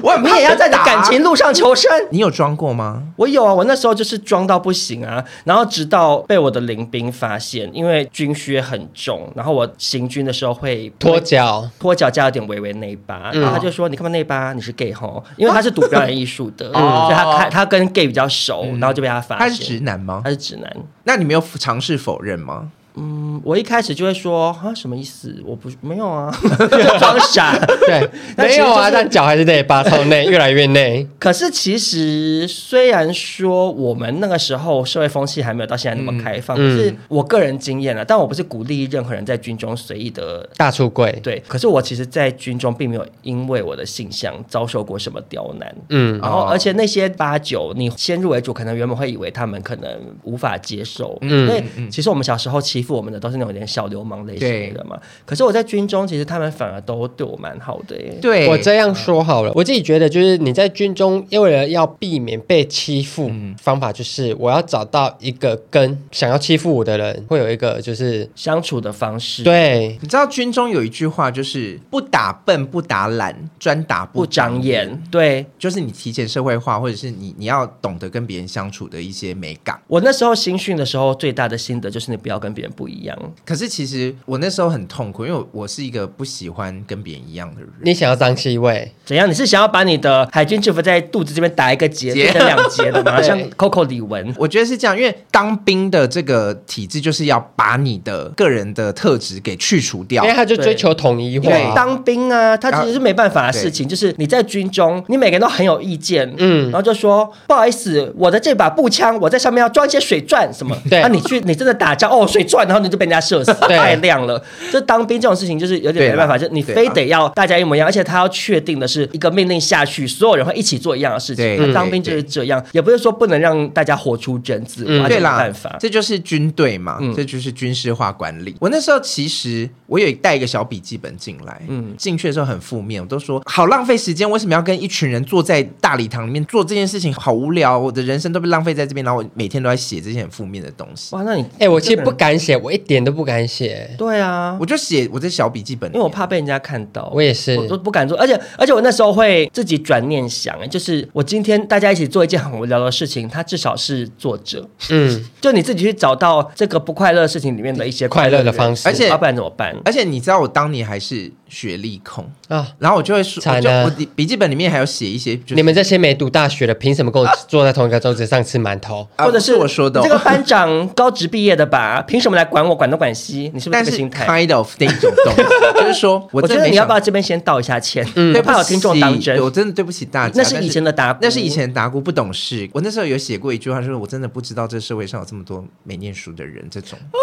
[SPEAKER 4] 我很
[SPEAKER 2] 你
[SPEAKER 4] 怕
[SPEAKER 2] 也要在你的
[SPEAKER 4] 被打啊
[SPEAKER 2] 感情。路上求生。
[SPEAKER 4] 你有装过吗？
[SPEAKER 2] 我有啊，我那时候就是装到不行啊，然后直到被我的临兵发现，因为军靴很重，然后我行军的时候会
[SPEAKER 1] 脱脚，
[SPEAKER 2] 脱脚加有点微微内八，然后他就说：“你看不看内八？你是 gay 吼？”因为他是读表演艺术的，嗯所以他看他啊跟 gay 比较熟，然后就被他发现。
[SPEAKER 4] 他是直男吗
[SPEAKER 2] 他？是直男，
[SPEAKER 4] 那你没有尝试否认吗？
[SPEAKER 2] 嗯，我一开始就会说啊，什么意思？我不没有啊， 就装傻。
[SPEAKER 1] 对，
[SPEAKER 2] 但其
[SPEAKER 1] 没
[SPEAKER 2] 实
[SPEAKER 1] 有啊，
[SPEAKER 2] 就是
[SPEAKER 1] 但脚还是得拔超内，越来越内。
[SPEAKER 2] 可是其实，虽然说我们那个时候社会风气还没有到现在那么开放，
[SPEAKER 1] 嗯
[SPEAKER 2] 可是我个人经验了，啊但我不是鼓励任何人在军中随意的。
[SPEAKER 1] 大出柜，
[SPEAKER 2] 对，可是我其实，在军中并没有因为我的性向遭受过什么刁难。
[SPEAKER 1] 嗯，
[SPEAKER 2] 然后，
[SPEAKER 4] 哦
[SPEAKER 2] 而且那些八九，你先入为主，可能原本会以为他们可能无法接受，嗯，因为其实我们小时候欺负我们的都是那种有点小流氓类型的人嘛。可是我在军中，其实他们反而都对我蛮好的耶。
[SPEAKER 4] 对，
[SPEAKER 1] 我这样说好了，我自己觉得就是你在军中，为了要避免被欺负，方法就是我要找到一个跟想要欺负我的人会有一个就是
[SPEAKER 2] 相处的方式，，
[SPEAKER 1] 对。
[SPEAKER 4] 你知道军中有一句话就是不打笨不打懒，专打
[SPEAKER 2] 不
[SPEAKER 4] 长
[SPEAKER 2] 长眼，对。
[SPEAKER 4] 就是你提前社会化，或者是你你要懂得跟别人相处的一些美感。
[SPEAKER 2] 我那时候新训的时候，最大的心得就是你不要跟别人不一样。
[SPEAKER 4] 可是其实我那时候很痛苦，因为我我是一个不喜欢跟别人一样的人。
[SPEAKER 1] 你想要当 C 位，
[SPEAKER 2] 怎样？你是想要把你的海军制服在肚子这边打一个结，
[SPEAKER 4] 结
[SPEAKER 2] 变成两结的吗？
[SPEAKER 1] 对
[SPEAKER 2] 像 Coco 李玟，
[SPEAKER 4] 我觉得是这样，因为当兵的这个体制就是要把你的个人的特质给去除掉
[SPEAKER 1] 因为。他就
[SPEAKER 2] 对
[SPEAKER 1] 追求统一
[SPEAKER 2] 因
[SPEAKER 1] 化。
[SPEAKER 2] 为当兵啊，他
[SPEAKER 4] 啊
[SPEAKER 2] 其实是没办法的
[SPEAKER 4] 对
[SPEAKER 2] 事情，就是你在军中，你每个人都很有意见，
[SPEAKER 1] 嗯
[SPEAKER 2] 嗯，然后就说不好意思，我的这把步枪，我在上面要装一些水钻什么，
[SPEAKER 1] 对
[SPEAKER 2] 那、你去你真的打仗哦，水钻，然后你就被人家射死，
[SPEAKER 1] 对
[SPEAKER 2] 太亮了。就当兵这种事情就是有点没办法，
[SPEAKER 4] 对
[SPEAKER 2] 就
[SPEAKER 4] 啦
[SPEAKER 2] 你
[SPEAKER 4] 对
[SPEAKER 2] 非
[SPEAKER 4] 啦
[SPEAKER 2] 得要大家一模一样，而且他要确定的是一个命令下去，所有人会一起做一样的事情
[SPEAKER 4] 对。
[SPEAKER 2] 那
[SPEAKER 4] 嗯
[SPEAKER 2] 当兵就是这样，也不是说不能让大家活出真自
[SPEAKER 1] 嗯
[SPEAKER 2] 我，
[SPEAKER 4] 对
[SPEAKER 2] 没
[SPEAKER 4] 啦
[SPEAKER 2] 办法，。
[SPEAKER 4] 这就是军队嘛，
[SPEAKER 2] 嗯
[SPEAKER 4] 这就是军事化管理。我那时候其实我有带一个小笔记本进来，嗯，进去的时候很负面，我都说好浪费时间，为什么要跟一群人坐在大礼堂里面做这件事情？好无聊，我的人生都被浪费在这边，然后我每天都在写这些很负面的东西。
[SPEAKER 2] 哇，那你
[SPEAKER 1] 哎、我其
[SPEAKER 2] 这
[SPEAKER 1] 实
[SPEAKER 2] 个
[SPEAKER 1] 不
[SPEAKER 2] 人
[SPEAKER 1] 敢写，我一点都不敢写，
[SPEAKER 2] 对啊，
[SPEAKER 4] 我就写我这小笔记本里
[SPEAKER 2] 因为
[SPEAKER 4] 面，
[SPEAKER 2] 我怕被人家看到。
[SPEAKER 1] 我也是
[SPEAKER 2] 我都不敢做，而且而且我那时候会自己转念想，就是我今天大家一起做一件很无聊的事情，他至少是作者，
[SPEAKER 1] 嗯，
[SPEAKER 2] 就你自己去找到这个不快乐的事情里面的一些
[SPEAKER 1] 快乐的
[SPEAKER 2] 源
[SPEAKER 1] 方式
[SPEAKER 4] 而且
[SPEAKER 2] 要不然怎么办？
[SPEAKER 4] 而且你知道我当年还是学历控，
[SPEAKER 1] 啊。
[SPEAKER 4] 然后我就会说，我
[SPEAKER 1] 惨
[SPEAKER 4] 就
[SPEAKER 1] 了
[SPEAKER 4] 我笔笔记本里面还有写一些，就是、
[SPEAKER 1] 你们这些没读大学的，凭什么跟我坐在同一个桌子上吃馒头？
[SPEAKER 4] 啊
[SPEAKER 2] 或者
[SPEAKER 4] 不是我说的哦、
[SPEAKER 2] 你这个班长高职毕业的吧，凭什么来管我管东管西？你是不是
[SPEAKER 4] 但
[SPEAKER 2] 这
[SPEAKER 4] 是
[SPEAKER 2] 个心态？
[SPEAKER 4] kind of 那种东 西，就是说
[SPEAKER 2] 我
[SPEAKER 4] 我
[SPEAKER 2] 觉
[SPEAKER 4] 真
[SPEAKER 2] 得
[SPEAKER 4] 的没
[SPEAKER 2] 你要
[SPEAKER 4] 想
[SPEAKER 2] 不要这边先道一下歉？
[SPEAKER 1] 嗯
[SPEAKER 2] 我
[SPEAKER 4] 对不
[SPEAKER 2] 怕有听众
[SPEAKER 4] 起
[SPEAKER 2] 当真。
[SPEAKER 4] 我真的对不起大家。
[SPEAKER 2] 那是
[SPEAKER 4] 但
[SPEAKER 2] 以前的打鼓
[SPEAKER 4] 那是以前的打鼓不懂事。我那时候有写过一句话，就是我真的不知道这社会上有这么多没念书的人这种。
[SPEAKER 2] 哦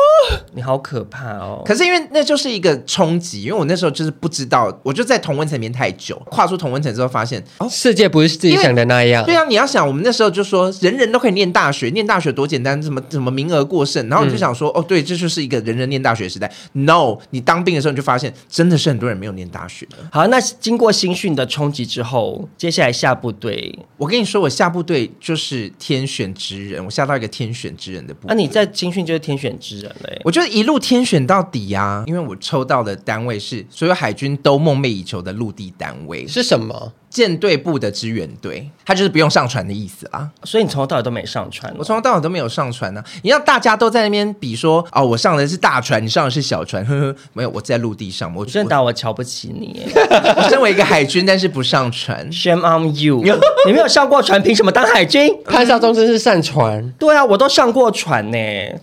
[SPEAKER 2] 你好可怕哦！
[SPEAKER 4] 可是因为那就是一个冲击，因为我那时候就是不知道，我就在同温层里面太久，跨出同温层之后发现，哦，
[SPEAKER 1] 世界不是自己想的那样。
[SPEAKER 4] 对啊，你要想，我们那时候就说人人都可以念大学，念大学多简单，怎么怎么名额过剩，然后你
[SPEAKER 2] 嗯
[SPEAKER 4] 就想说，哦，对，这就是一个人人念大学时代。No，你当兵的时候你就发现，真的是很多人没有念大学的。
[SPEAKER 2] 好，那经过新训的冲击之后，接下来下部队，
[SPEAKER 4] 我跟你说，我下部队就是天选之人，我下到一个天选之人的部
[SPEAKER 2] 那、
[SPEAKER 4] 队。
[SPEAKER 2] 你在新训就是天选之人嘞、
[SPEAKER 4] 我就一路天选到底啊，因为我抽到的单位是所有海军都梦寐以求的陆地单位，
[SPEAKER 1] 是什么？
[SPEAKER 4] 舰队部的支援队，它就是不用上船的意思啦。
[SPEAKER 2] 所以你从头到尾都没上船哦、
[SPEAKER 4] 我从头到尾都没有上船呢、你让大家都在那边比说，哦，我上的是大船，你上的是小船，呵呵，没有，我在陆地上，我
[SPEAKER 2] 我真的
[SPEAKER 4] 我
[SPEAKER 2] 打我瞧不起你耶
[SPEAKER 4] 我身为一个海军，但是不上船。
[SPEAKER 2] ，Shame on you！你没有上过船，凭什么当海军？
[SPEAKER 1] 潘少忠真是善传，
[SPEAKER 2] 对啊，我都上过船呢。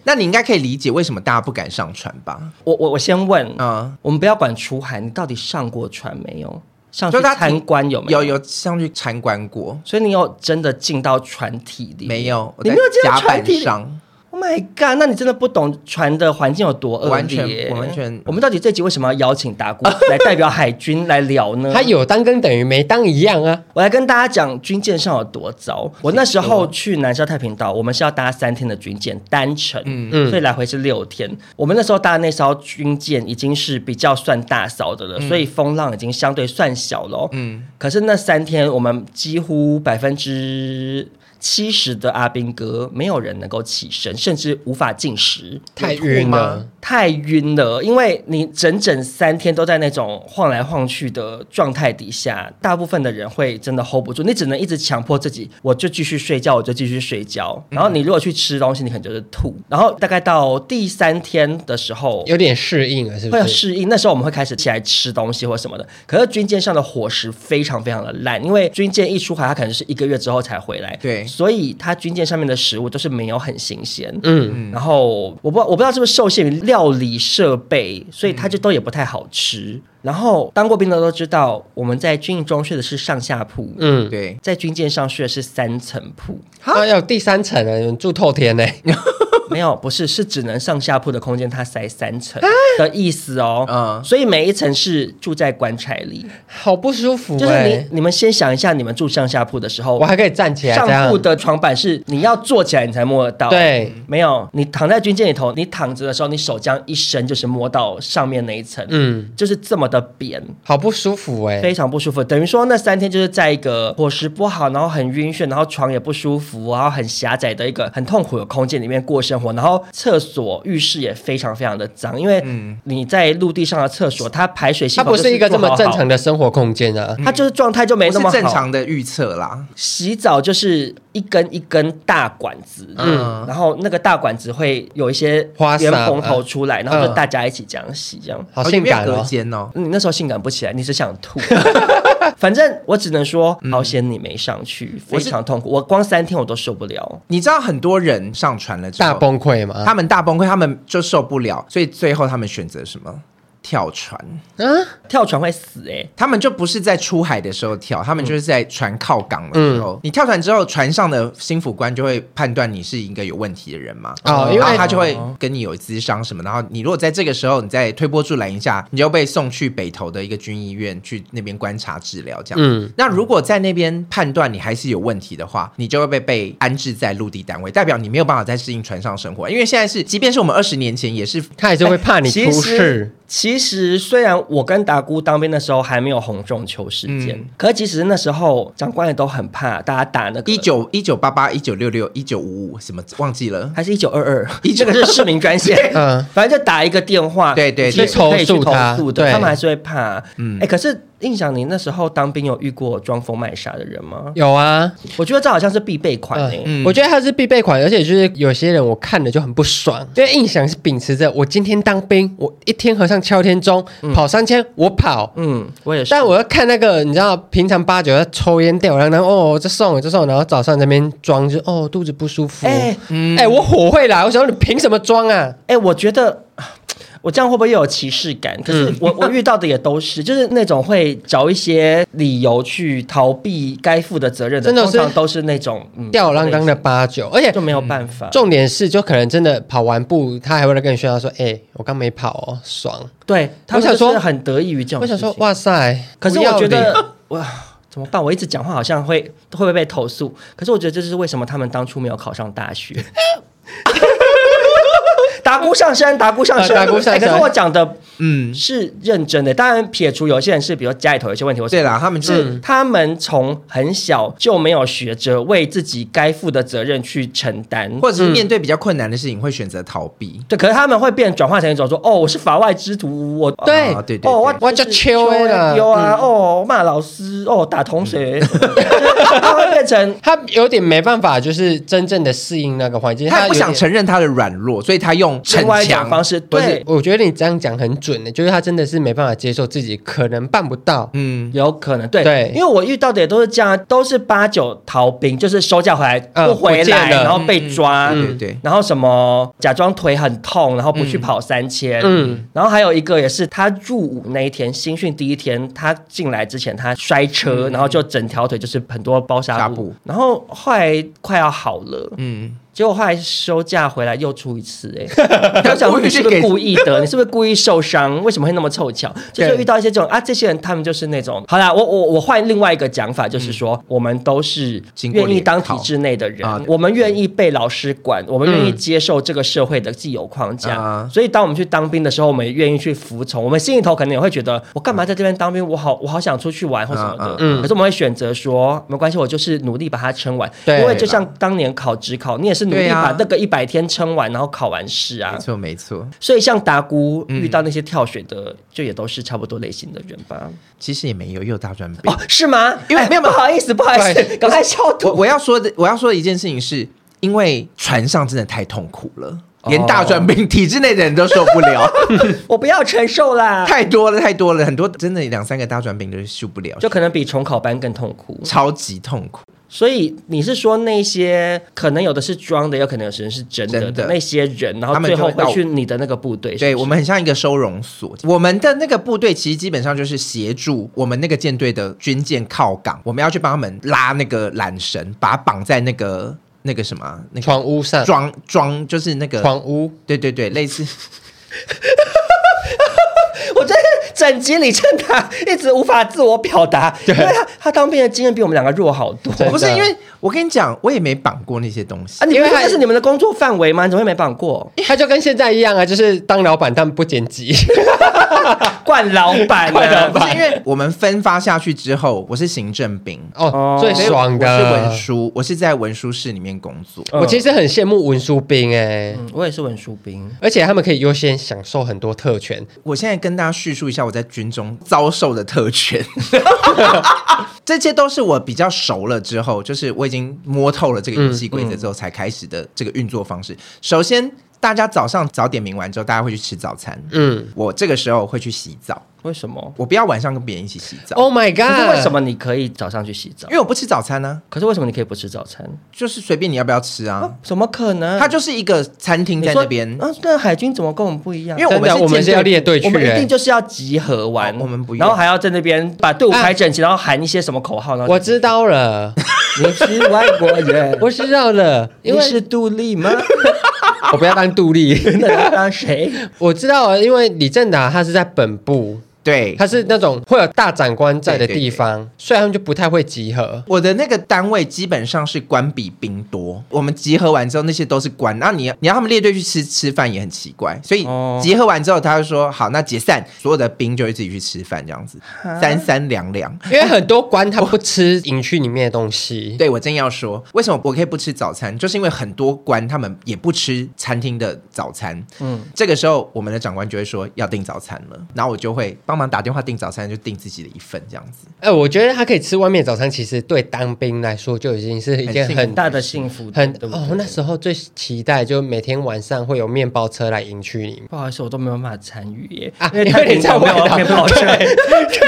[SPEAKER 4] 那你应该可以理解为什么大家不敢上船吧？
[SPEAKER 2] 我我我先问，
[SPEAKER 4] 啊、
[SPEAKER 2] 我们不要管出海，你到底上过船没有？上去
[SPEAKER 4] 就他
[SPEAKER 2] 参观有没有？
[SPEAKER 4] 有。有上去参观过
[SPEAKER 2] 所以你有真的进到船体里？
[SPEAKER 4] 没有？我
[SPEAKER 2] 你
[SPEAKER 4] 在
[SPEAKER 2] 没有进到
[SPEAKER 4] 甲
[SPEAKER 2] 船
[SPEAKER 4] 板
[SPEAKER 2] 体里。
[SPEAKER 4] 上。
[SPEAKER 2] Oh my god！那你真的不懂船的环境有多恶劣？
[SPEAKER 4] 完全我完全
[SPEAKER 2] 我们到底这集为什么要邀请达姑来代表海军来聊 呢？
[SPEAKER 1] 他有当跟等于没当一样啊。
[SPEAKER 2] 我来跟大家讲军舰上有多糟。我那时候去南沙太平岛，我们是要搭三天的军舰单程，
[SPEAKER 1] 嗯
[SPEAKER 2] 所以来回是六天。我们那时候搭的那艘军舰已经是比较算大艘的了，
[SPEAKER 1] 嗯
[SPEAKER 2] 所以风浪已经相对算小了。嗯，可是那三天我们几乎百分之。七十的阿兵哥，没有人能够起身，甚至无法进食，
[SPEAKER 1] 太晕了，
[SPEAKER 2] 太晕了，因为你整整三天都在那种晃来晃去的状态底下，大部分的人会真的 hold 不住，你只能一直强迫自己，我就继续睡觉，我就继续睡觉。然后你如果去吃东西，你可能就是吐。然后大概到第三天的时候。
[SPEAKER 1] 有点适应了，是不
[SPEAKER 2] 会有
[SPEAKER 1] 是？
[SPEAKER 2] 适应，那时候我们会开始起来吃东西或什么的。可是军舰上的伙食非常非常的烂，因为军舰一出海，它可能是一个月之后才回来，
[SPEAKER 4] 对
[SPEAKER 2] 所以它军舰上面的食物都是没有很新鲜。
[SPEAKER 1] 嗯，
[SPEAKER 2] 然后我不知道我不知道是不是受限于料理设备，所以它
[SPEAKER 1] 嗯
[SPEAKER 2] 就都也不太好吃。然后当过兵的都知道，我们在军营中睡的是上下铺，
[SPEAKER 1] 嗯，
[SPEAKER 4] 对，
[SPEAKER 2] 在军舰上睡的是三层铺，
[SPEAKER 1] 啊，有第三层了，你住透天呢、
[SPEAKER 2] 没有，不是，是只能上下铺的空间，它塞三层
[SPEAKER 1] 啊
[SPEAKER 2] 的意思哦。
[SPEAKER 4] 嗯
[SPEAKER 2] 所以每一层是住在棺材里，
[SPEAKER 1] 好不舒服
[SPEAKER 2] 就
[SPEAKER 1] 哎、
[SPEAKER 2] 是你你们先想一下，你们住上下铺的时候
[SPEAKER 1] 我，还可以站起来这
[SPEAKER 2] 上
[SPEAKER 1] 样
[SPEAKER 2] 铺。的床板是你要坐起来你才摸得到，，
[SPEAKER 1] 对，
[SPEAKER 2] 没有，你躺在军舰里头，你躺着的时候，你手这样一伸就是摸到上面那一层，
[SPEAKER 1] 嗯，
[SPEAKER 2] 就是这么的扁。
[SPEAKER 1] 好不舒服哎、
[SPEAKER 2] 非常不舒服，等于说那三天就是在一个伙食不好，然后很晕眩，然后床也不舒服，然后很狭窄的一个很痛苦的空间里面过生活，然后厕所、浴室也非常非常的脏，因为你在陆地上的厕所，它排水系
[SPEAKER 1] 嗯它
[SPEAKER 2] 统
[SPEAKER 1] 不是一个这么正常
[SPEAKER 2] 的，
[SPEAKER 1] 的生活空间啊。
[SPEAKER 2] 它就是状态就没
[SPEAKER 4] 不
[SPEAKER 2] 那
[SPEAKER 4] 是
[SPEAKER 2] 么好。
[SPEAKER 4] 正常的预测啦。
[SPEAKER 2] 洗澡就是一根一根大管子，嗯，然后那个大管子会有一些
[SPEAKER 1] 花洒
[SPEAKER 2] 莲蓬头出来，然后就
[SPEAKER 1] 嗯
[SPEAKER 2] 大家一起这样洗，这样。
[SPEAKER 1] 好
[SPEAKER 4] 哦
[SPEAKER 1] 性感
[SPEAKER 4] 有没有
[SPEAKER 1] 哦
[SPEAKER 4] 隔！间哦，
[SPEAKER 2] 你那时候性感不起来，你只想吐。 反正我只能说，好险你没上去，非
[SPEAKER 4] 我是
[SPEAKER 2] 常痛苦。我光三天我都受不了。
[SPEAKER 4] 你知道很多人上船了之后
[SPEAKER 1] 大崩啊溃吗？
[SPEAKER 4] 他们大崩溃，他们就受不了，所以最后他们选择什么？跳船，
[SPEAKER 1] 啊，
[SPEAKER 2] 跳船会死哎、
[SPEAKER 4] 他们就不是在出海的时候跳，他们
[SPEAKER 1] 嗯
[SPEAKER 4] 就是在船靠港的时候。你跳船之后，船上的心腹官就会判断你是一个有问题的人嘛，
[SPEAKER 1] 哦
[SPEAKER 4] 然
[SPEAKER 1] 因为
[SPEAKER 4] 后他就会跟你有咨商什么。然后你如果在这个时候你在推波助澜一下，你就被送去北投的一个军医院去那边观察治疗这样。
[SPEAKER 1] 嗯
[SPEAKER 4] 那如果在那边判断你还是有问题的话，你就会被被安置在陆地单位，代表你没有办法再适应船上生活。因为现在是，即便是我们二十年前也
[SPEAKER 2] 嗯
[SPEAKER 4] 是
[SPEAKER 1] 他也是会怕啊你
[SPEAKER 2] 哎其实
[SPEAKER 1] 出事。，，
[SPEAKER 2] 其实虽然我跟达姑当兵的时候还没有红中秋事件，
[SPEAKER 4] 嗯
[SPEAKER 2] 可其实那时候长官也都很怕大家打那个
[SPEAKER 4] 一九一九八八、一九六六、一九五五什么忘记了。
[SPEAKER 2] 还是一九二二，
[SPEAKER 4] 1922
[SPEAKER 2] 这个是市民专线
[SPEAKER 1] 嗯
[SPEAKER 2] 反正就打一个电话，
[SPEAKER 4] 对对
[SPEAKER 2] 你是
[SPEAKER 1] 去投
[SPEAKER 2] 可以去
[SPEAKER 1] 诉
[SPEAKER 2] 投
[SPEAKER 1] 他
[SPEAKER 2] 诉的，
[SPEAKER 1] 对
[SPEAKER 2] 他们还是会怕。嗯，哎，可是印象你那时候当兵有遇过装疯卖傻的人吗？
[SPEAKER 1] 有啊，
[SPEAKER 2] 我觉得这好像是必备款哎、
[SPEAKER 1] 嗯，我觉得它是必备款，而且就是有些人我看了就很不爽，因为印象是秉持着我今天当兵，我一天和尚敲天钟，跑三千我跑。
[SPEAKER 2] 嗯，我也是。
[SPEAKER 1] 但我要看那个，你知道，平常八九要抽烟掉，然后哦，这送我这送我，然后早上这边装，就哦肚子不舒服，
[SPEAKER 2] 哎
[SPEAKER 1] 哎
[SPEAKER 2] 哎、、
[SPEAKER 1] 我火会来，我想说你凭什么装啊？
[SPEAKER 2] 我觉得。 我这样会不会又有歧视感？可是我、我遇到的也都是，就是那种会找一些理由去逃避该负的责任的，
[SPEAKER 1] 真的是
[SPEAKER 2] 通常都是那种、嗯、
[SPEAKER 1] 吊儿郎当的八九，而且
[SPEAKER 2] 就没有办法。
[SPEAKER 1] 重点是，就可能真的跑完步，他还会来跟你炫耀说：“哎、我刚没跑哦，爽。
[SPEAKER 2] 对，他们
[SPEAKER 1] 我想说
[SPEAKER 2] 就是很得益于这”种。
[SPEAKER 1] 我想说，，哇塞！
[SPEAKER 2] 可是
[SPEAKER 1] 不要
[SPEAKER 2] 我觉
[SPEAKER 1] 脸
[SPEAKER 2] 得哇，怎么办？我一直讲话好像会会不会被投诉？可是我觉得这就是为什么他们当初没有考上大学。 打鼓上身，打鼓上身，
[SPEAKER 1] 啊打鼓上身
[SPEAKER 2] 哎可是我讲的
[SPEAKER 4] 嗯，
[SPEAKER 2] 是认真的，当然撇除有些人是，比如家里头有些问题，我
[SPEAKER 4] 对
[SPEAKER 2] 是
[SPEAKER 4] 啦，他们就是嗯
[SPEAKER 1] 嗯
[SPEAKER 2] 他们从很小就没有学着为自己该负的责任去承担。
[SPEAKER 4] 或者是面对比较困难的事情会选择逃避。
[SPEAKER 2] 对，可是他们会变转化成一种说，哦，我是法外之徒，我
[SPEAKER 1] 对
[SPEAKER 4] 啊对对
[SPEAKER 2] 哦，我
[SPEAKER 4] 对
[SPEAKER 1] 我就秋欸啦
[SPEAKER 2] 有啊，哦，骂老师，哦，打同学， 他会变成
[SPEAKER 1] 他有点没办法，就是真正的适应那个环境。
[SPEAKER 4] 他也不想
[SPEAKER 1] 有点。
[SPEAKER 4] 承认他的软弱，所以他用逞
[SPEAKER 2] 另外一种
[SPEAKER 4] 强
[SPEAKER 2] 方式，
[SPEAKER 4] 不是
[SPEAKER 2] 对，
[SPEAKER 1] 我觉得你这样讲很准的，就是他真的是没办法接受自己可能办不到。
[SPEAKER 4] 嗯，
[SPEAKER 2] 有可能对
[SPEAKER 1] 对
[SPEAKER 2] 因为我遇到的也都是这样，都是八九逃兵，就是休假回来
[SPEAKER 1] 嗯
[SPEAKER 2] 不回
[SPEAKER 1] 不见
[SPEAKER 2] 来，
[SPEAKER 1] 了
[SPEAKER 2] 然后被抓，
[SPEAKER 4] 嗯对对
[SPEAKER 2] 然后什么假装腿很痛，然后不去跑三千，
[SPEAKER 1] 嗯
[SPEAKER 2] 然后还有一个也是他入伍那一天，新训第一天，他进来之前他摔车，然后就整条腿就是很多包纱
[SPEAKER 4] 嗯纱
[SPEAKER 2] 布，
[SPEAKER 4] 布
[SPEAKER 2] 然后后来快要好了，
[SPEAKER 4] 嗯，
[SPEAKER 2] 结果后来休假回来又出一次、欸， 哎，我想说
[SPEAKER 4] 故意
[SPEAKER 2] 你是不是
[SPEAKER 4] 给
[SPEAKER 2] 故意 的？你是不是故意受伤？为什么会那么凑巧？就
[SPEAKER 1] 对
[SPEAKER 2] 是遇到一些这种啊，这些人他们就是那种，好啦，我我我换另外一个讲法，就是说、
[SPEAKER 4] 嗯
[SPEAKER 2] 我们都是
[SPEAKER 4] 经过
[SPEAKER 2] 愿意
[SPEAKER 4] 联
[SPEAKER 2] 当体
[SPEAKER 4] 考
[SPEAKER 2] 制内的人，
[SPEAKER 4] 啊
[SPEAKER 2] 我们愿意被老师管，我们愿意接受这个社会的既有框架，
[SPEAKER 4] 啊
[SPEAKER 2] 所以当我们去当兵的时候，我们也愿意去服从。我们心里头可能也会觉得，我干嘛在这边当兵？我好我好想出去玩或什么的。
[SPEAKER 4] 啊
[SPEAKER 1] 嗯
[SPEAKER 2] 可是我们会选择说，没关系，我就是努力把它撑完，
[SPEAKER 1] 对
[SPEAKER 2] 因为就像当年考职考，你也是努力
[SPEAKER 4] 对啊
[SPEAKER 2] 把那个一百天撑完，然后考完试啊
[SPEAKER 4] 没。错没错，
[SPEAKER 2] 所以像达姑遇到那些跳水的，就也都是差不多类型的人吧？
[SPEAKER 4] 其实也没有，又有大专兵
[SPEAKER 2] 哦。，是吗？
[SPEAKER 4] 因为
[SPEAKER 2] 哎
[SPEAKER 4] 没有
[SPEAKER 2] 不好意思，不好意思，赶快消
[SPEAKER 4] 我
[SPEAKER 2] 毒。
[SPEAKER 4] 我要说的，我要说的一件事情是，因为船上真的太痛苦了，
[SPEAKER 1] 哦
[SPEAKER 4] 连大专兵体制内的人都受不了，
[SPEAKER 2] 我不要承受啦，
[SPEAKER 4] 太多了太多了，很多真的两三个大专兵都受不了，
[SPEAKER 2] 就可能比重考班更痛苦。
[SPEAKER 4] 超级痛苦。
[SPEAKER 2] 所以你是说那些可能有的是装的，有可能有些人是真的
[SPEAKER 4] 真的
[SPEAKER 2] 那些人，然后
[SPEAKER 4] 他们
[SPEAKER 2] 最
[SPEAKER 4] 就
[SPEAKER 2] 后
[SPEAKER 4] 会
[SPEAKER 2] 会
[SPEAKER 4] 到
[SPEAKER 2] 去你的那个部队？
[SPEAKER 4] 对
[SPEAKER 2] 是不
[SPEAKER 4] 我
[SPEAKER 2] 是
[SPEAKER 4] 们很像一个收容所，我们的那个部队其实基本上就是协助我们那个舰队的军舰靠港，我们要去帮他们拉那个缆绳，把它绑在那个那个什么啊那个
[SPEAKER 1] 床屋上，
[SPEAKER 4] 装装，就是那个
[SPEAKER 1] 床屋，
[SPEAKER 4] 对对对，类似
[SPEAKER 2] 我觉得整集李正达一直无法自我表达，因为他他当兵的经验比我们两个弱好多。
[SPEAKER 1] 真的
[SPEAKER 4] 不是因为我跟你讲，我也没绑过那些东西
[SPEAKER 2] 啊，，你
[SPEAKER 1] 因
[SPEAKER 2] 们
[SPEAKER 1] 为他
[SPEAKER 2] 这是你们的工作范围吗？你怎么会没绑 过？
[SPEAKER 1] 他就跟现在一样啊，就是当老板但不剪辑，
[SPEAKER 2] 惯老板、啊，
[SPEAKER 1] 惯老
[SPEAKER 4] 不
[SPEAKER 1] 板
[SPEAKER 4] 是因为我们分发下去之后，我是行政兵，
[SPEAKER 1] 哦，最
[SPEAKER 4] 所以
[SPEAKER 1] 爽的。
[SPEAKER 4] 我是文书，我是在文书室里面工作。
[SPEAKER 2] 嗯
[SPEAKER 1] 我其实很羡慕文书兵哎、
[SPEAKER 2] 嗯我也是文书兵。
[SPEAKER 1] 而且他们可以优先享受很多特权，
[SPEAKER 4] 我现在跟大家叙述一下我在军中遭受的特 权，这些都是我比较熟了之后，就是我已经摸透了这个游戏规则之后才开始的这个运作方式。首先，大家早上早点名完之后，大家会去吃早餐。
[SPEAKER 1] 嗯
[SPEAKER 4] 我这个时候会去洗澡，
[SPEAKER 2] 为什么？
[SPEAKER 4] 我不要晚上跟别人一起洗澡，
[SPEAKER 2] 哦
[SPEAKER 1] ，Oh my
[SPEAKER 2] 可是
[SPEAKER 1] god，
[SPEAKER 2] 为什么你可以早上去洗澡
[SPEAKER 4] 因？为我不吃早餐呢、
[SPEAKER 2] 可是为什么你可以不吃早餐？
[SPEAKER 4] 就是随便你要不要吃啊。
[SPEAKER 2] 怎么可能？
[SPEAKER 4] 它就是一个餐厅
[SPEAKER 2] 哦你
[SPEAKER 4] 在
[SPEAKER 2] 说
[SPEAKER 4] 那边，
[SPEAKER 2] 啊，那海军怎么跟我们不一样？
[SPEAKER 4] 因为
[SPEAKER 1] 真的
[SPEAKER 4] 我们是
[SPEAKER 1] 我们是
[SPEAKER 4] 舰队
[SPEAKER 1] 要列队去、
[SPEAKER 2] 我们一
[SPEAKER 1] 欸
[SPEAKER 2] 定，就是要集合完，
[SPEAKER 4] 哦我们不一样
[SPEAKER 2] 然后还要在那边把队伍排整齐，然后喊一些什么口号呢？然后
[SPEAKER 1] 我知道了，
[SPEAKER 2] 你是外国人，
[SPEAKER 1] 我知道了，因
[SPEAKER 2] 你
[SPEAKER 1] 为
[SPEAKER 2] 是杜丽 吗？
[SPEAKER 1] 我不要当杜丽，
[SPEAKER 2] 那要当谁？
[SPEAKER 1] 我知道了，啊因为李正达他是在本部，
[SPEAKER 4] 对，
[SPEAKER 1] 他是那种会有大长官在的地方，所以他们就不太会集合。
[SPEAKER 4] 我的那个单位基本上是官比兵多，我们集合完之后那些都是官，那你你让他们列队去吃吃饭也很奇怪，所以
[SPEAKER 2] 哦
[SPEAKER 4] 集合完之后他就说好，那解散，所有的兵就会自己去吃饭这样子，三三两两。
[SPEAKER 1] 因为很多官他不吃营区里面的东西，
[SPEAKER 4] 对我正要说，为什么我可以不吃早餐，就是因为很多官他们也不吃餐厅的早餐。嗯，这个时候我们的长官就会说要订早餐了，然后我就会帮忙打电话订早餐，就订自己的一份这样子。
[SPEAKER 1] 哎、我觉得他可以吃外面早餐，其实对当兵来说就已经是一件
[SPEAKER 4] 很
[SPEAKER 1] 很
[SPEAKER 4] 幸
[SPEAKER 2] 很大的幸福，
[SPEAKER 1] 很
[SPEAKER 2] 对不对
[SPEAKER 1] 哦，那时候最期待就每天晚上会有面包车来营区里面。
[SPEAKER 2] 不好意思，我都没有办法参与耶，
[SPEAKER 1] 啊
[SPEAKER 2] 因为
[SPEAKER 1] 因为
[SPEAKER 2] 太
[SPEAKER 1] 你
[SPEAKER 2] 平
[SPEAKER 1] 在
[SPEAKER 2] 岛没有
[SPEAKER 1] 外岛
[SPEAKER 2] 面 包车，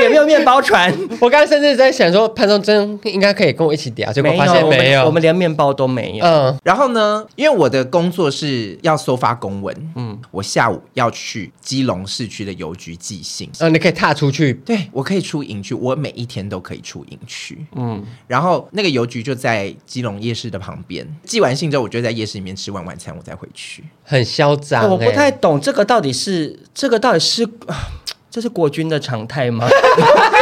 [SPEAKER 2] 也没有面包船，
[SPEAKER 1] 我刚刚甚至在想说，潘宗真应该可以跟我一起聊，结果发现
[SPEAKER 2] 我
[SPEAKER 1] 没
[SPEAKER 2] 们
[SPEAKER 1] 有。
[SPEAKER 2] 我们连面包都没有。
[SPEAKER 1] 嗯，
[SPEAKER 4] 然后呢，因为我的工作是要收发公文，嗯，我下午要去基隆市区的邮局寄信。
[SPEAKER 1] 呃，你可以踏出去，
[SPEAKER 4] 对，我可以出营区，我每一天都可以出营区。
[SPEAKER 2] 嗯，
[SPEAKER 4] 然后那个邮局就在基隆夜市的旁边。寄完信之后，我就在夜市里面吃完晚餐，我再回去。
[SPEAKER 1] 很嚣张、欸。
[SPEAKER 2] 哦我不太懂这个到底是这个到底是。 啊这是国军的常态吗？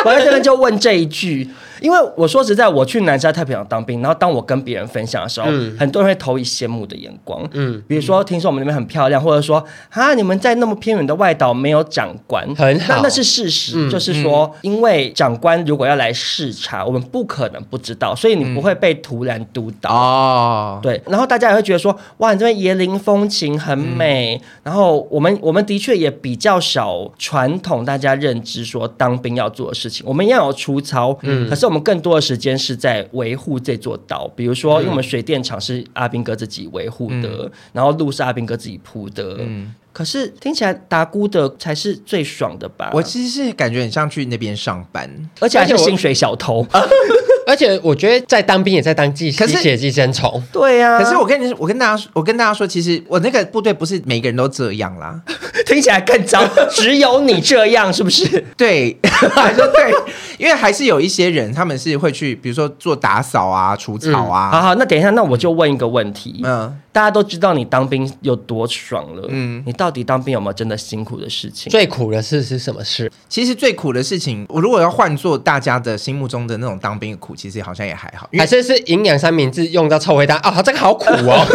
[SPEAKER 2] 我在这边就问这一句，因为我说实在，我去南沙太平洋当兵，然后当我跟别人分享的时候，
[SPEAKER 1] 嗯
[SPEAKER 2] 很多人会投以羡慕的眼光，嗯，比如说听说我们那边很漂亮，或者说啊，你们在那么偏远的外岛没有长官，
[SPEAKER 1] 很好嗯
[SPEAKER 2] 那那是事实，就是说，因为长官如果要来视察，我们不可能不知道，所以你不会被突然督导，
[SPEAKER 4] 哦，
[SPEAKER 2] 对，然后大家也会觉得说，哇，你这边椰林风情很美。然后我们我们的确也比较少传统大家认知说当兵要做的事情，我们要有出操，嗯，可是我们更多的时间是在维护这座岛，比如说，因为我们水电厂是阿兵哥自己维护的，然后路是阿兵哥自己铺的，嗯。可是听起来达姑的才是最爽的吧？
[SPEAKER 4] 我其实是感觉很像去那边上班，
[SPEAKER 2] 而且还是
[SPEAKER 1] 而且我
[SPEAKER 2] 薪水小偷，
[SPEAKER 1] 而且我觉得在当兵也在当寄吸
[SPEAKER 4] 可是
[SPEAKER 1] 血寄生虫，
[SPEAKER 2] 对呀、
[SPEAKER 4] 可是我跟你，我跟大家说，我跟大家说，其实我那个部队不是每个人都这样啦。
[SPEAKER 2] 听起来更糟， 只有你这样是不是？
[SPEAKER 4] 对， 还说对，因为还是有一些人，他们是会去，比如说做打扫啊、除草
[SPEAKER 2] 好
[SPEAKER 4] 啊，
[SPEAKER 2] 好，那等一下，那我就问一个问题，
[SPEAKER 4] 嗯，
[SPEAKER 2] 大家都知道你当兵有多爽了，嗯
[SPEAKER 4] 嗯，
[SPEAKER 2] 你到底当兵有没有真的辛苦的事情？
[SPEAKER 1] 最苦的事是什么事？
[SPEAKER 4] 其实最苦的事情，我如果要换做大家的心目中的那种当兵的苦，其实好像也还好，因
[SPEAKER 1] 还
[SPEAKER 4] 为
[SPEAKER 1] 是是营养三明治用到臭味蛋啊、这个好苦 哦，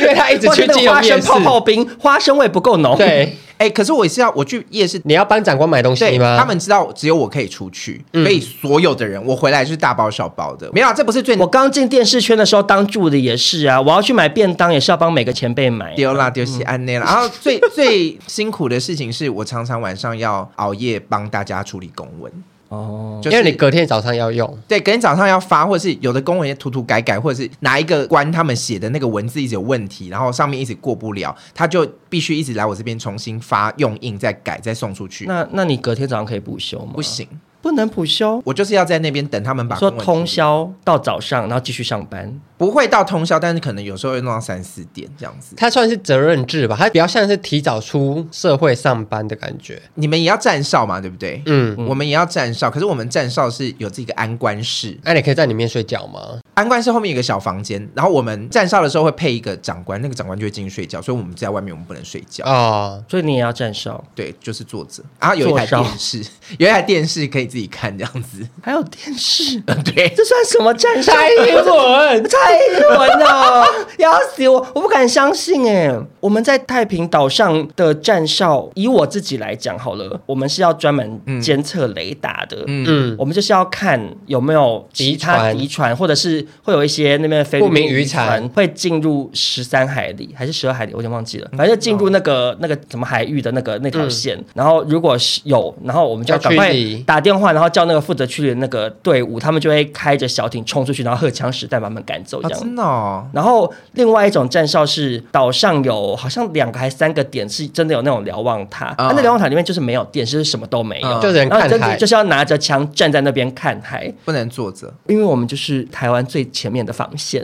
[SPEAKER 1] 因为他一直
[SPEAKER 2] 哇
[SPEAKER 1] 去
[SPEAKER 2] 那
[SPEAKER 1] 进
[SPEAKER 2] 个花
[SPEAKER 1] 面
[SPEAKER 2] 生
[SPEAKER 1] 试。
[SPEAKER 2] 泡泡冰，花生味不够浓。，
[SPEAKER 1] 对，
[SPEAKER 4] 哎、可是我也是要我去夜市，
[SPEAKER 1] 你要帮长官买东
[SPEAKER 4] 对
[SPEAKER 1] 西吗？嗯
[SPEAKER 4] 他们知道只有我可以出去，所以所有的人我回来就是大包小包的，没有、啊，这不是最
[SPEAKER 2] 我刚进电视圈的时候当助理也是啊，我要去买便当也是要帮每个前辈买。
[SPEAKER 4] 丢啦
[SPEAKER 1] 嗯
[SPEAKER 4] 丢西安内啦。然后最 最辛苦的事情是我常常晚上要熬夜帮大家处理公文，
[SPEAKER 2] 哦，
[SPEAKER 4] 就
[SPEAKER 1] 因
[SPEAKER 4] 是
[SPEAKER 1] 为你隔天早上要用。
[SPEAKER 4] 对，隔天早上要发，或者是有的公文也涂涂改改，或者是哪一个官他们写的那个文字一直有问题，然后上面一直过不了，他就必须一直来我这边重新发用印，再改，再送出去。
[SPEAKER 2] 那那你隔天早上可以补休吗？
[SPEAKER 4] 不，行，
[SPEAKER 2] 不能补休，
[SPEAKER 4] 我就是要在那边等他们把
[SPEAKER 2] 说
[SPEAKER 4] 公文
[SPEAKER 2] 通
[SPEAKER 4] 处理
[SPEAKER 2] 宵到早上，然后继续上班。
[SPEAKER 4] 不会到通宵，但是可能有时候会弄到三四点这样子。
[SPEAKER 1] 他算是责任制吧，他比较像是提早出社会上班的感觉。
[SPEAKER 4] 你们也要站哨嘛，对不对？
[SPEAKER 1] 嗯，
[SPEAKER 4] 我们也要站哨，可是我们站哨是有这个安官室，
[SPEAKER 1] 那、你可以在里面睡觉吗？
[SPEAKER 4] 安官室后面有一个小房间，然后我们站哨的时候会配一个长官，那个长官就会进去睡觉，所以我们在外面我们不能睡觉。
[SPEAKER 1] 哦，
[SPEAKER 2] 所以你也要站哨，
[SPEAKER 4] 对，就是坐着，然后有一台
[SPEAKER 2] 坐哨
[SPEAKER 4] 电视， 有一台电视可以自己看这样子。
[SPEAKER 2] 还有电 视，
[SPEAKER 4] 对，
[SPEAKER 2] 这算什么站哨？
[SPEAKER 1] 蔡英文
[SPEAKER 2] 蔡英文啊， 要死我！我不敢相信哎、我们在太平岛上的站哨，以我自己来讲好了，我们是要专门监测雷达的。嗯
[SPEAKER 1] 嗯，
[SPEAKER 2] 我们就是要看有没有其他
[SPEAKER 1] 敌船
[SPEAKER 2] 敌船，或者是会有一些那边菲律
[SPEAKER 1] 不明
[SPEAKER 2] 宾
[SPEAKER 1] 渔
[SPEAKER 2] 渔
[SPEAKER 1] 船
[SPEAKER 2] 船会进入十三海里还是十二海里，我有点忘记了，反正就进入那个那个什么海域的那个那条线。然后如果是有，然后我嗯们就要赶
[SPEAKER 1] 要
[SPEAKER 2] 快
[SPEAKER 1] 驱离
[SPEAKER 2] 打电话，然后叫那个负责驱离的那个队伍，他们就会开着小艇冲出去，然后荷枪实弹把他们赶走，
[SPEAKER 4] 啊，
[SPEAKER 2] 这样。
[SPEAKER 4] 真的哦，
[SPEAKER 2] 然后另外一种站哨是岛上有好像两个还三个点是真的有那种瞭望塔，
[SPEAKER 4] 嗯
[SPEAKER 2] 啊、那瞭望塔里面就是没有电，就是什么都没有。
[SPEAKER 4] 嗯
[SPEAKER 1] 就人
[SPEAKER 2] 然后
[SPEAKER 1] 看
[SPEAKER 2] 真
[SPEAKER 1] 啊海
[SPEAKER 2] 是就，是要拿着枪站在那边看海，
[SPEAKER 4] 不能坐着。
[SPEAKER 2] 因为我们就是台湾最前面的防线，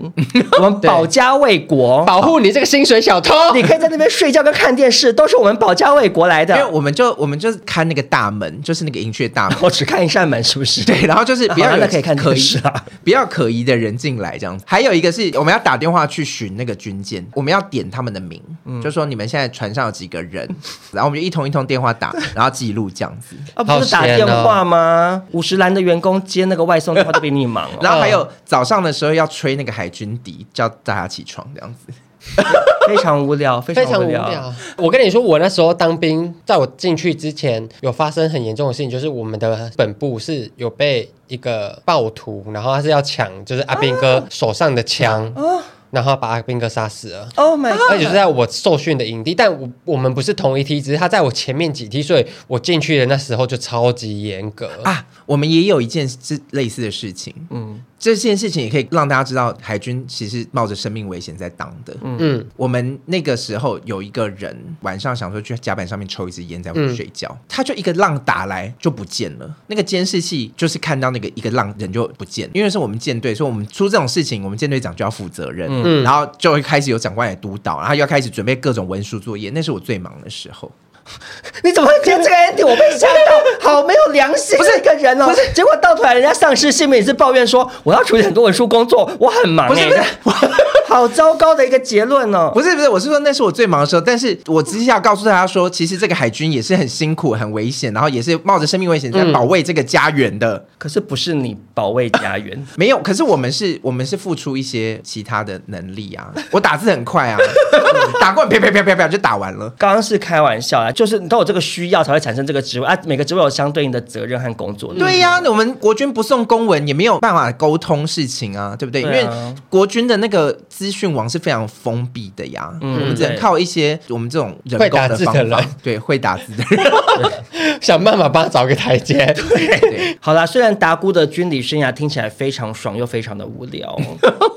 [SPEAKER 2] 我们保家卫国，
[SPEAKER 1] 保护你这个薪水小偷。
[SPEAKER 2] 你可以在那边睡觉跟看电视，都是我们保家卫国来
[SPEAKER 4] 因为
[SPEAKER 2] 的。，
[SPEAKER 4] 我们就我们就是看那个大门，就是那个银雀大门
[SPEAKER 2] 我只看一扇门，是不是？
[SPEAKER 4] 对，然后就是
[SPEAKER 2] 好啦，
[SPEAKER 4] 不要有
[SPEAKER 2] 哦那可以看
[SPEAKER 4] 可
[SPEAKER 2] 电
[SPEAKER 4] 疑
[SPEAKER 2] 视啊。
[SPEAKER 4] 比较可疑的人进来这样子。还有一个是我们要打电话去寻那个军舰，我们要点他们的名，
[SPEAKER 2] 嗯
[SPEAKER 4] 就说你们现在船上有几个人，然后我们就一通一通电 话打，然后记录这样子。
[SPEAKER 2] 啊，不是打
[SPEAKER 1] 好闲哦
[SPEAKER 2] 电话吗？五十岚的员工接那个外送电话都比你忙哦。
[SPEAKER 4] 然后还有早上的时候要吹那个海军笛，叫大家起床这样子。
[SPEAKER 2] 非常无聊，非
[SPEAKER 1] 非常
[SPEAKER 2] 常
[SPEAKER 1] 无
[SPEAKER 2] 无
[SPEAKER 1] 聊。我跟你说，我那时候当兵，在我进去之前，有发生很严重的事情，就是我们的本部是有被一个暴徒，然后他是要抢，就是阿兵哥手上的枪，然后把阿兵哥杀死了。
[SPEAKER 2] Oh my
[SPEAKER 1] 而
[SPEAKER 2] god！
[SPEAKER 1] 且是在我受训的营地，但我我们不是同一梯，只是他在我前面几梯，所以我进去的那时候就超级严格
[SPEAKER 4] 啊，我们也有一件是类似的事情，嗯，这件事情也可以让大家知道海军其实冒着生命危险在当的。
[SPEAKER 1] 嗯，
[SPEAKER 4] 我们那个时候有一个人晚上想说去甲板上面抽一支烟，在外面睡觉，
[SPEAKER 1] 嗯
[SPEAKER 4] 他就一个浪打来就不见了。那个监视器就是看到那个一个浪人就不见，因为是我们舰队，所以我们出这种事情，我们舰队长就要负责任，
[SPEAKER 1] 嗯
[SPEAKER 4] 然后就会开始有长官来督导，然后又要开始准备各种文书作业，那是我最忙的时候。
[SPEAKER 2] 你怎么会接这个 Andy？我被吓到，好没有良心的一个人哦！不是，结果到头来人家丧失性命，也是抱怨说我要处理很多文书工作，我很忙、欸。
[SPEAKER 4] 不是不是，
[SPEAKER 2] 好糟糕的一个结论哦！
[SPEAKER 4] 不是不是，我是说那是我最忙的时候，但是我只是要告诉大家说，其实这个海军也是很辛苦、很危险，然后也是冒着生命危险在保卫这个家园的。
[SPEAKER 2] 可是不是你保卫家园，
[SPEAKER 4] 没有，可是我们是，我们是付出一些其他的能力啊。我打字很快啊，打过来啪啪啪啪啪就打完了。
[SPEAKER 2] 刚刚是开玩笑啊，就是你都有这个需要才会产生这个职位啊，每个职位有相对应的责任和工作。
[SPEAKER 4] 对呀、我们国军不送公文也没有办法沟通事情啊，对不对？
[SPEAKER 2] 对啊
[SPEAKER 4] 因为国军的那个资讯网是非常封闭的呀，
[SPEAKER 2] 嗯
[SPEAKER 4] 我们只能靠一些我们这种人
[SPEAKER 1] 会
[SPEAKER 4] 工
[SPEAKER 1] 打
[SPEAKER 4] 的
[SPEAKER 1] 字
[SPEAKER 4] 方
[SPEAKER 1] 的人
[SPEAKER 4] 法，对，会打字的人，
[SPEAKER 1] 想办法帮他找个台阶。
[SPEAKER 4] 对，
[SPEAKER 2] 好啦，虽然达姑的军旅生涯听起来非常爽又非常的无 聊，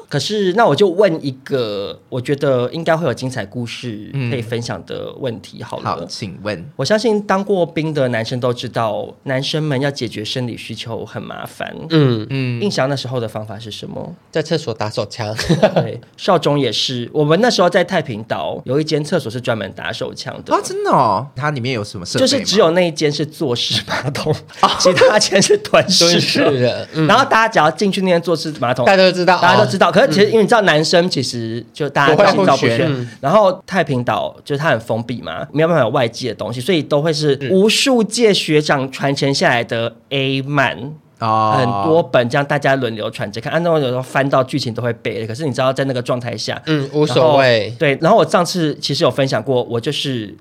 [SPEAKER 2] 可是那我就问一个，我觉得应该会有精彩故事可以
[SPEAKER 1] 嗯
[SPEAKER 2] 分享的问题好了。
[SPEAKER 4] 好，请问，
[SPEAKER 2] 我相信当过兵的男生都知道，男生们要解决生理需求很麻烦。
[SPEAKER 1] 嗯，
[SPEAKER 4] 嗯，
[SPEAKER 2] 印象那时候的方法是什么？
[SPEAKER 1] 在厕所打手 枪，
[SPEAKER 2] 对，少中也是。我们那时候在太平岛有一间厕所是专门打手枪的
[SPEAKER 4] 啊，，真的哦，它里面有什么设备
[SPEAKER 2] 就
[SPEAKER 4] 吗？
[SPEAKER 2] 是只有那一间是坐式马桶，其他间是蹲
[SPEAKER 1] 哦真
[SPEAKER 2] 式
[SPEAKER 1] 是
[SPEAKER 2] 的。
[SPEAKER 1] 的，嗯
[SPEAKER 2] 然后大家只要进去那间坐式马桶，
[SPEAKER 1] 大家都知道，嗯
[SPEAKER 2] 大家都知道。
[SPEAKER 1] 道。
[SPEAKER 2] 可是其实因为你知道，男生其实就大家
[SPEAKER 4] 不会
[SPEAKER 2] 都心照不
[SPEAKER 4] 不学
[SPEAKER 2] 宣。然后太平岛就是它很封闭嘛，没有办法有外界的东西，所以都会是
[SPEAKER 1] 嗯
[SPEAKER 2] 无数届学长传承下来的 A 漫。
[SPEAKER 1] 啊
[SPEAKER 4] 哦
[SPEAKER 2] 很多本这样大家轮流传着看，按、啊、照有时候翻到剧情都会背的。可是你知道，在那个状态下，
[SPEAKER 1] 嗯，无所谓。
[SPEAKER 2] 对，然后我上次其实有分享过，我就是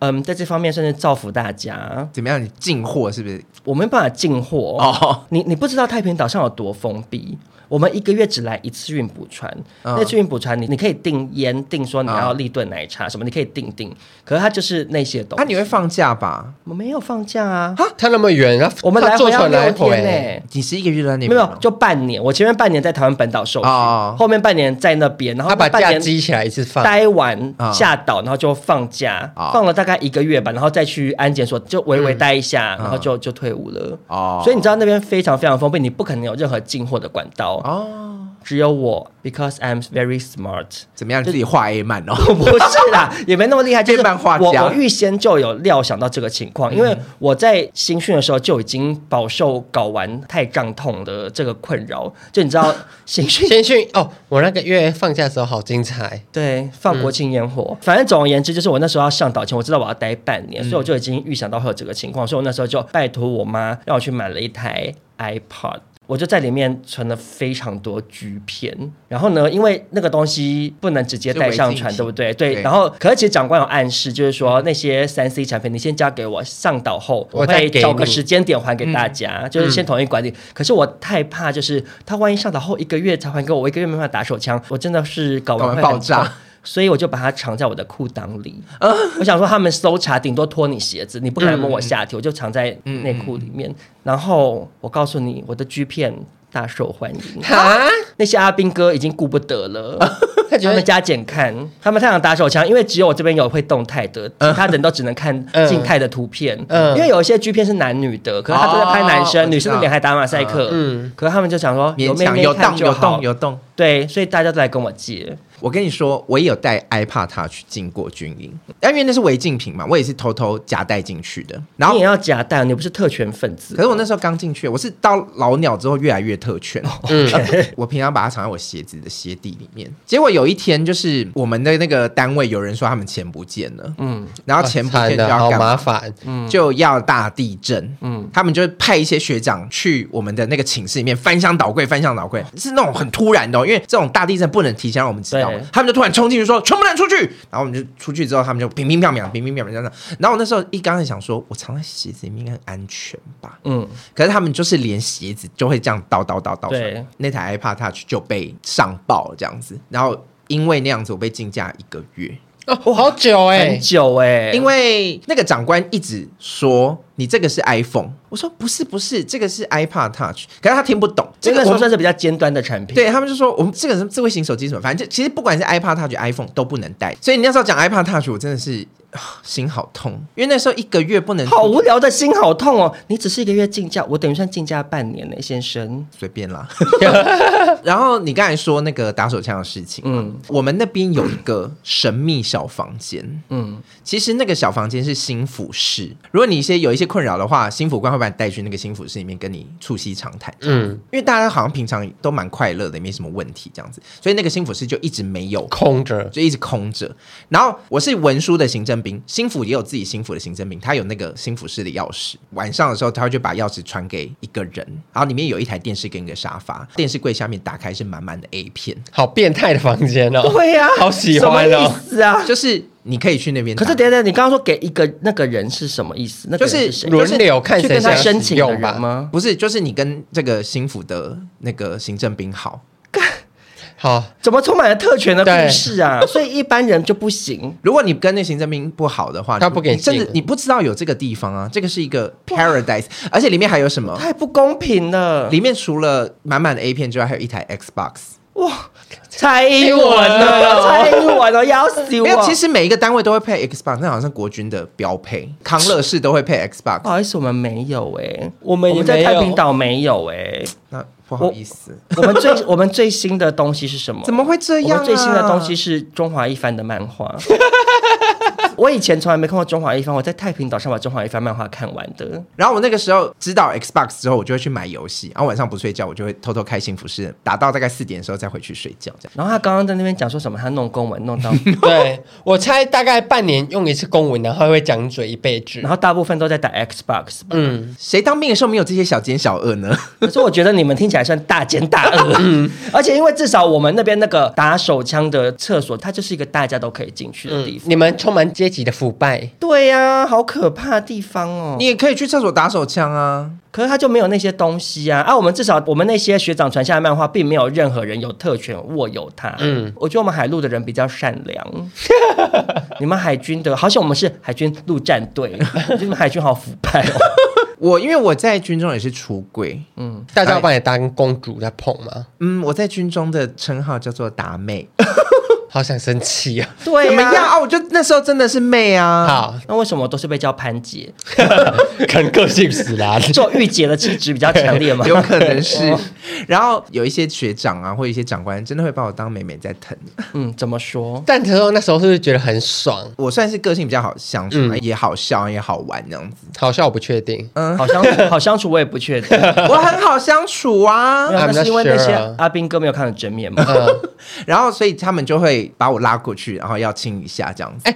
[SPEAKER 2] 嗯，在这方面算是造福大家，
[SPEAKER 4] 怎么样？你进货是不是？
[SPEAKER 2] 我没办法进货
[SPEAKER 4] 哦，
[SPEAKER 2] 你你不知道太平岛上有多封闭。我们一个月只来一次运补船，
[SPEAKER 1] 嗯
[SPEAKER 2] 那次运补船你你可以订烟，订说你要立顿奶茶什么，你可以订订，可是它就是那些东
[SPEAKER 4] 那、
[SPEAKER 2] 西。
[SPEAKER 4] 你会放假吧？
[SPEAKER 2] 我没有放假啊？
[SPEAKER 1] 啊他那么远，然后
[SPEAKER 2] 我们
[SPEAKER 1] 他
[SPEAKER 2] 来
[SPEAKER 1] 坐
[SPEAKER 2] 回要
[SPEAKER 1] 船
[SPEAKER 2] 六
[SPEAKER 1] 来
[SPEAKER 2] 天呢、
[SPEAKER 1] 回，
[SPEAKER 4] 你是一个月在那边
[SPEAKER 2] 没
[SPEAKER 4] 吗
[SPEAKER 2] 有，就半年。我前面半年在台湾本岛受训，
[SPEAKER 4] 哦
[SPEAKER 2] 后面半年在那边，然后
[SPEAKER 1] 他把
[SPEAKER 2] 半
[SPEAKER 1] 假
[SPEAKER 2] 年
[SPEAKER 1] 积起来一次放。
[SPEAKER 2] 待完
[SPEAKER 4] 啊
[SPEAKER 2] 下岛，然后就放假
[SPEAKER 4] 啊，
[SPEAKER 2] 放了大概一个月吧，然后再去安检所就微微待一下，然后就就退伍了。
[SPEAKER 4] 嗯哦
[SPEAKER 2] 所以你知道那边非常非常封闭，你不可能有任何进货的管道。
[SPEAKER 4] 哦，
[SPEAKER 2] 只有我，because I'm very smart。
[SPEAKER 4] 怎么样？自己画 A 漫哦，
[SPEAKER 2] 不是 啦，也没那么厉害。就是
[SPEAKER 4] 变漫画
[SPEAKER 2] 我
[SPEAKER 4] 家嗯
[SPEAKER 2] 我预先就有料想到这个情况，因为我在新训的时候就已经饱受睾丸太胀痛的这个困扰。就你知 道新训
[SPEAKER 1] 先去哦，我那个月放假的时候好精 彩，
[SPEAKER 2] 对，放国庆烟火。反正总而言之，就是我那时候要上岛前，我知道我要待半年，所以我就已经预想到会有这个情况，所以我那时候就拜托我妈让我去买了一台 iPod。我就在里面存了非常多 G 片，然后呢，因为那个东西不能直接带上船，
[SPEAKER 4] 是
[SPEAKER 2] 对
[SPEAKER 4] 违禁品
[SPEAKER 2] 不对？对。
[SPEAKER 4] 对
[SPEAKER 2] 然后，可是其实长官有暗示，就是说那些三 C 产品，你先交给我，上岛后
[SPEAKER 1] 我
[SPEAKER 2] 我
[SPEAKER 1] 再
[SPEAKER 2] 会
[SPEAKER 1] 给
[SPEAKER 2] 找个
[SPEAKER 1] 你
[SPEAKER 2] 时间点还给大家，
[SPEAKER 4] 嗯
[SPEAKER 2] 就是先统一管理。可是我太怕，就是他万一上岛后一个月才还给我，我一个月没办法打手枪，我真的是搞
[SPEAKER 4] 搞完
[SPEAKER 2] 会
[SPEAKER 4] 爆
[SPEAKER 2] 很
[SPEAKER 4] 炸啊
[SPEAKER 2] 痛。所以我就把它藏在我的裤裆里。我想说，他们搜查顶多脱你鞋子，你不可能摸我下体，我就藏在内裤里
[SPEAKER 4] 嗯
[SPEAKER 2] 面。然后我告诉你，我的 G 片大受欢迎。
[SPEAKER 1] 哈，
[SPEAKER 2] 那些阿兵哥已经顾不得了，
[SPEAKER 1] 他觉
[SPEAKER 2] 他
[SPEAKER 1] 得
[SPEAKER 2] 们加减看，他们太想打手枪，因为只有我这边有会动态的，其他人都只能 看
[SPEAKER 1] 嗯
[SPEAKER 2] 静态的图片。
[SPEAKER 1] 嗯
[SPEAKER 2] 因为有一些 G 片是男女的，可是他都在拍男
[SPEAKER 4] 哦
[SPEAKER 2] 生，女
[SPEAKER 4] 我知
[SPEAKER 2] 生
[SPEAKER 4] 道
[SPEAKER 2] 的脸还打马赛克。啊嗯，可是他们就想说，
[SPEAKER 4] 勉
[SPEAKER 2] 妹
[SPEAKER 4] 强
[SPEAKER 2] 妹
[SPEAKER 4] 有
[SPEAKER 2] 看
[SPEAKER 4] 动
[SPEAKER 2] 就
[SPEAKER 4] 有
[SPEAKER 2] 好
[SPEAKER 4] 动。有动。
[SPEAKER 2] 对，所以大家都来跟我借。
[SPEAKER 4] 我跟你说，我也有带 iPad Touch 进过军营，但因为那是违禁品嘛，我也是偷偷夹带进去的。然
[SPEAKER 2] 你
[SPEAKER 4] 后
[SPEAKER 2] 也，要假蛋，你不是特权分子。
[SPEAKER 4] 可是我那时候刚进去，我是到老鸟之后越来越特权。
[SPEAKER 1] 哦
[SPEAKER 4] 呃 我平常把它藏在我鞋子的鞋底里面。结果有一天，就是我们的那个单位有人说他们钱不见了，嗯，然后钱不
[SPEAKER 1] 哦啊惨
[SPEAKER 4] 见就
[SPEAKER 1] 了，好
[SPEAKER 4] 要干
[SPEAKER 1] 麻
[SPEAKER 4] 嘛？
[SPEAKER 1] 烦，
[SPEAKER 2] 嗯
[SPEAKER 1] 嗯
[SPEAKER 4] 就要大地震，嗯，他们就派一些学长去我们的那个寝室里面翻箱倒柜，翻箱倒柜是那种很突然的、哦，因为这种大地震不能提前让我们知道嘛
[SPEAKER 2] 对，
[SPEAKER 4] 他们就突然冲进去说全部人出去，然后我们就出去之后，他们就乒乒乓乓，乒乒乓乓这样。然后我那时候一刚开始想说，我藏在鞋子里面应该很安全吧，
[SPEAKER 2] 嗯，
[SPEAKER 4] 可是他们就是连鞋子就会这样倒倒倒倒出来
[SPEAKER 2] 对，
[SPEAKER 4] 那台 iPad Touch 就被上报了这样子，然后因为那样子我被禁驾一个月，
[SPEAKER 1] 哦，我好久哎
[SPEAKER 2] 很，久哎、
[SPEAKER 4] 因为那个长官一直说你这个是 iPhone，我说不是不是，这个是 iPad Touch，可是他听不懂。这
[SPEAKER 2] 这个
[SPEAKER 4] 个我
[SPEAKER 2] 时候
[SPEAKER 4] 们
[SPEAKER 2] 算是比较尖端的产品。
[SPEAKER 4] 对他们就说我们这个是智慧型手机什么，反正就其实不管是 iPad Touch、iPhone 都不能带。所以你那时候讲 iPad Touch，我真的是啊心好痛，因为那时候一个月不 能
[SPEAKER 2] 好无聊的心好痛哦！你只是一个月竞价，我等于算竞价半年呢、先生。
[SPEAKER 4] 随便啦。 然后你刚才说那个打手枪的事情，嗯
[SPEAKER 2] 嗯，
[SPEAKER 4] 我们那边有一个神秘小房间，
[SPEAKER 2] 嗯，
[SPEAKER 4] 其实那个小房间是心腹室。如果你一些有一些困扰的话，心腹官会把你带去那个心腹室里面跟你促膝长谈。
[SPEAKER 1] 嗯，
[SPEAKER 4] 因为大家好像平常都蛮快乐的，也没什么问题这样子，所以那个心腹室就一直没有，
[SPEAKER 1] 空着，
[SPEAKER 4] 就一直空着。然后我是文书的行政兵，心腹也有自己心腹的行政兵，他有那个心腹室的钥匙。晚上的时候，他会就把钥匙传给一个人，然后里面有一台电视跟一个沙发，电视柜下面打开是满满的 A 片，
[SPEAKER 1] 好变态的房间哦，
[SPEAKER 2] 对呀、
[SPEAKER 1] 好喜
[SPEAKER 2] 什
[SPEAKER 1] 欢
[SPEAKER 2] 么
[SPEAKER 1] 哦
[SPEAKER 2] 意，思啊？
[SPEAKER 4] 就是你可以去那边打。
[SPEAKER 2] 可是等一下等一下，你刚刚说给一个那个人是什么意思？那个
[SPEAKER 4] 就
[SPEAKER 2] 人
[SPEAKER 4] 是
[SPEAKER 2] 是谁？
[SPEAKER 1] 轮流看
[SPEAKER 2] 去
[SPEAKER 1] 谁
[SPEAKER 2] 跟他
[SPEAKER 1] 想
[SPEAKER 2] 申请的
[SPEAKER 1] 用
[SPEAKER 2] 人
[SPEAKER 1] 吧。
[SPEAKER 2] 吗？
[SPEAKER 4] 啊不是，就是你跟这个心腹的那个行政兵好，
[SPEAKER 1] 好，
[SPEAKER 2] 怎么充满了特权的
[SPEAKER 1] 对
[SPEAKER 2] 故事啊？所以一般人就不行。
[SPEAKER 4] 如果你跟那行政兵不好的话，
[SPEAKER 1] 他不给
[SPEAKER 4] 你甚至
[SPEAKER 1] 进
[SPEAKER 4] 你不知道有这个地方啊，这个是一个 paradise，而且里面还有什么？
[SPEAKER 2] 太不公平了！
[SPEAKER 4] 里面除了满满的 A 片之外，还有一台 Xbox。
[SPEAKER 2] 哇，蔡英文呢？蔡英文哦，要死
[SPEAKER 4] 没有，
[SPEAKER 2] 我！
[SPEAKER 4] 其实每一个单位都会配 Xbox，那好像是国军的标配。康乐市都会配
[SPEAKER 2] 不
[SPEAKER 4] Xbox，
[SPEAKER 2] 好意思，我们没有哎、
[SPEAKER 1] 我们
[SPEAKER 2] 我
[SPEAKER 1] 也
[SPEAKER 2] 们在
[SPEAKER 1] 没有
[SPEAKER 2] 太平岛没有哎、
[SPEAKER 4] 那不好意思，
[SPEAKER 2] 我们最我们最新的东西是什么？
[SPEAKER 4] 怎么会这
[SPEAKER 2] 我
[SPEAKER 4] 样、
[SPEAKER 2] 们
[SPEAKER 4] 啊？
[SPEAKER 2] 最新的东西是中华一番的漫画。我以前从来没看过中华一番，我在太平岛上把中华一番漫画看完的。
[SPEAKER 4] 然后我那个时候知道 Xbox 之后，我就会去买游戏，然后晚上不睡觉，我就会偷偷开幸福室，打到大概四点的时候再回去睡觉。这样
[SPEAKER 2] 然后他刚刚在那边讲说什么，他弄公文弄 到，
[SPEAKER 1] 对我猜大概半年用一次公文，然后会讲嘴一辈子
[SPEAKER 2] 然。后大部分都在打 Xbox。
[SPEAKER 1] 嗯，
[SPEAKER 4] 谁当兵的时候没有这些小奸小 恶呢？
[SPEAKER 2] 可是我觉得你们听起来算大奸大
[SPEAKER 4] 嗯
[SPEAKER 2] 恶，而且因为至少我们那边那个打手枪的厕所，它就是一个大家都可以进去的地
[SPEAKER 4] 嗯
[SPEAKER 2] 方。
[SPEAKER 1] 你们充满阶级的腐败，
[SPEAKER 2] 对呀、好可怕的地方哦！
[SPEAKER 4] 你也可以去厕所打手枪啊。
[SPEAKER 2] 可是他就没有那些东西啊！啊，我们至少我们那些学长传下的漫画，并没有任何人有特权握有它。嗯，我觉得我们海陆的人比较善 良，你们海军的，好像我们是海军陆战队，你们海军好腐败哦。
[SPEAKER 4] 我因为我在军中也是出柜，
[SPEAKER 1] 大
[SPEAKER 4] 哎
[SPEAKER 1] 家要把你当公主在捧吗？
[SPEAKER 4] 嗯，我在军中的称号叫做达妹，
[SPEAKER 1] 好想生气啊！
[SPEAKER 2] 对、啊，
[SPEAKER 4] 怎么样啊？我就那时候真的是妹啊，
[SPEAKER 1] 好，
[SPEAKER 2] 那为什么我都是被叫潘姐？
[SPEAKER 1] 可能个性使然。
[SPEAKER 2] 是我御姐的气质比较强烈吗？
[SPEAKER 4] 有可能是。然后有一些学长啊，或一些长官，真的会把我当妹妹在疼。
[SPEAKER 2] 嗯，怎么说？
[SPEAKER 1] 但可是那时候是不是觉得很爽？
[SPEAKER 4] 我算是个性比较好相处，
[SPEAKER 2] 嗯
[SPEAKER 4] 也好笑，也好玩这样子。
[SPEAKER 1] 好笑我不确定。
[SPEAKER 4] 嗯
[SPEAKER 2] 好相处好相处，我也不确 定。
[SPEAKER 4] 我很好相处啊
[SPEAKER 2] 没。有
[SPEAKER 1] I'm
[SPEAKER 2] 那是因为那些
[SPEAKER 1] not sure
[SPEAKER 2] 阿兵哥没有看到你真面 吗？
[SPEAKER 4] 嗯然后所以他们就会把我拉过去，然后要亲一下这样子。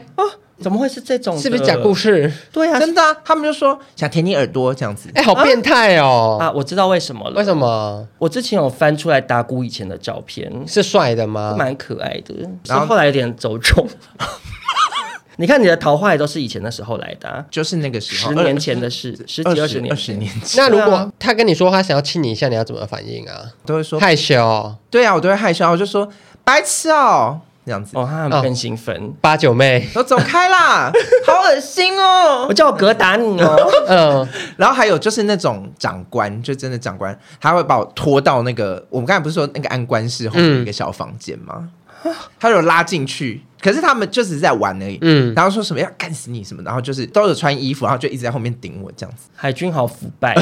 [SPEAKER 2] 怎么会是这种的？
[SPEAKER 1] 是不是讲故事？
[SPEAKER 2] 对啊，
[SPEAKER 4] 真的、啊，他们就说想舔你耳朵这样子。
[SPEAKER 1] 哎、好变态哦！
[SPEAKER 2] 啊，我知道为什么了。
[SPEAKER 1] 为什？么
[SPEAKER 2] 我之前有翻出来打鼓以前的照片，
[SPEAKER 1] 是帅的吗？
[SPEAKER 2] 蛮可爱的，是
[SPEAKER 4] 嗯然后
[SPEAKER 2] 后来有点走肿。 你看你的桃花也都是以前那时候来的啊、
[SPEAKER 4] 就是那个时
[SPEAKER 2] 十
[SPEAKER 4] 候，
[SPEAKER 2] 年前的事，十
[SPEAKER 4] 哦二
[SPEAKER 2] 几二十
[SPEAKER 4] 十
[SPEAKER 2] 年
[SPEAKER 4] 二
[SPEAKER 2] 前，
[SPEAKER 4] 十年前，
[SPEAKER 1] 那如
[SPEAKER 2] 对
[SPEAKER 1] 果
[SPEAKER 2] 啊
[SPEAKER 1] 他跟你说他想要亲你一下，你要怎么反应啊？
[SPEAKER 4] 呃都会
[SPEAKER 2] 哎
[SPEAKER 4] 说
[SPEAKER 1] 害羞，
[SPEAKER 4] 对啊，我都会害羞，我就说白痴哦、这样子，
[SPEAKER 2] 哦，他
[SPEAKER 1] 哦
[SPEAKER 2] 很兴奋。
[SPEAKER 1] 八九妹，
[SPEAKER 4] 我走开啦， 好恶心哦、
[SPEAKER 2] 我叫我哥打你哦，
[SPEAKER 1] 嗯，
[SPEAKER 4] 然后还有就是那种长官，就真的长官，他会把我拖到那个我们刚才不是说那个安官室后
[SPEAKER 2] 嗯
[SPEAKER 4] 面一个小房间吗？他有拉进去，可是他们就只是在玩而已。
[SPEAKER 1] 嗯
[SPEAKER 4] 嗯，然后说什么要干死你什么，然后就是都有穿衣服，然后就一直在后面顶我这样子。
[SPEAKER 2] 海军好腐败，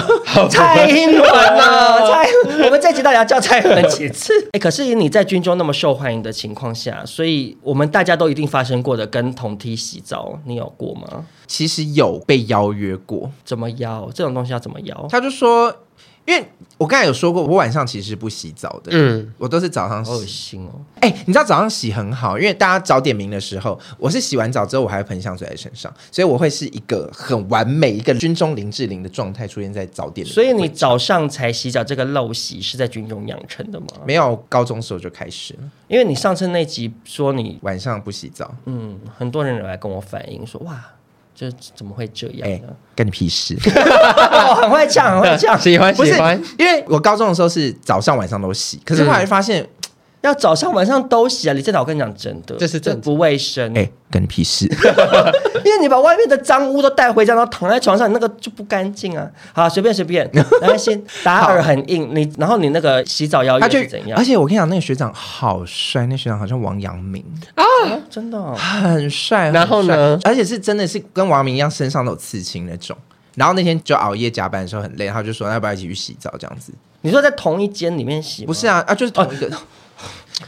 [SPEAKER 2] 蔡英文啊，蔡，我们这集到底要叫蔡英文几次？哎、可是你在军中那么受欢迎的情况下，所以我们大家都一定发生过的跟同梯洗澡，你有过吗？
[SPEAKER 4] 其实有被邀约过，
[SPEAKER 2] 怎么摇？这种东西要怎么摇？
[SPEAKER 4] 他就说，因为我刚才有说过，我晚上其实是不洗澡的，
[SPEAKER 1] 嗯，
[SPEAKER 4] 嗯，我都是早上
[SPEAKER 2] 好恶
[SPEAKER 4] 洗。
[SPEAKER 2] 心哦！
[SPEAKER 4] 哎、你知道早上洗很好，因为大家早点名的时候，我是洗完澡之后我还会喷香水在身上，所以我会是一个很完美一个军中林志玲的状态出现在早点名。
[SPEAKER 2] 所以你早上才洗澡这个陋习是在军中养成的吗？
[SPEAKER 4] 没有高中时候就开始了，
[SPEAKER 2] 因为你上次那集说你，
[SPEAKER 4] 晚上不洗澡，
[SPEAKER 2] 嗯，很多人有来跟我反映说，哇，这怎么会这样
[SPEAKER 4] 哎、
[SPEAKER 2] 呢？
[SPEAKER 4] 干你屁事！
[SPEAKER 2] 哦，很会唱，很会唱
[SPEAKER 1] 喜欢
[SPEAKER 4] 不
[SPEAKER 1] 喜
[SPEAKER 4] 是
[SPEAKER 1] 欢，，
[SPEAKER 4] 因为我高中的时候是早上晚上都洗，可是后来发现，
[SPEAKER 2] 要早上晚上都洗啊！你这倒我跟你讲真的，
[SPEAKER 1] 这是真的
[SPEAKER 2] 不卫生，
[SPEAKER 4] 哎、干你屁事！
[SPEAKER 2] 因为你把外面的脏污都带回家，然后躺在床上，你那个就不干净啊。好，随便随便，然后先打耳很硬，你然后你那个洗澡要
[SPEAKER 4] 他啊
[SPEAKER 2] 约
[SPEAKER 4] 就是
[SPEAKER 2] 怎样
[SPEAKER 4] 而？且我跟你讲，那个学长好帅，那学长好像王阳明，
[SPEAKER 2] 真的、哦，
[SPEAKER 4] 很帅。
[SPEAKER 1] 然后呢
[SPEAKER 4] 很帅而且是真的是跟王阳明一样，身上都有刺青那种。然后那天就熬夜加班的时候很累，他就说那要不要一起去洗澡这样子？
[SPEAKER 2] 你说在同一间里面洗吗，
[SPEAKER 4] 不是啊啊，就是同一个。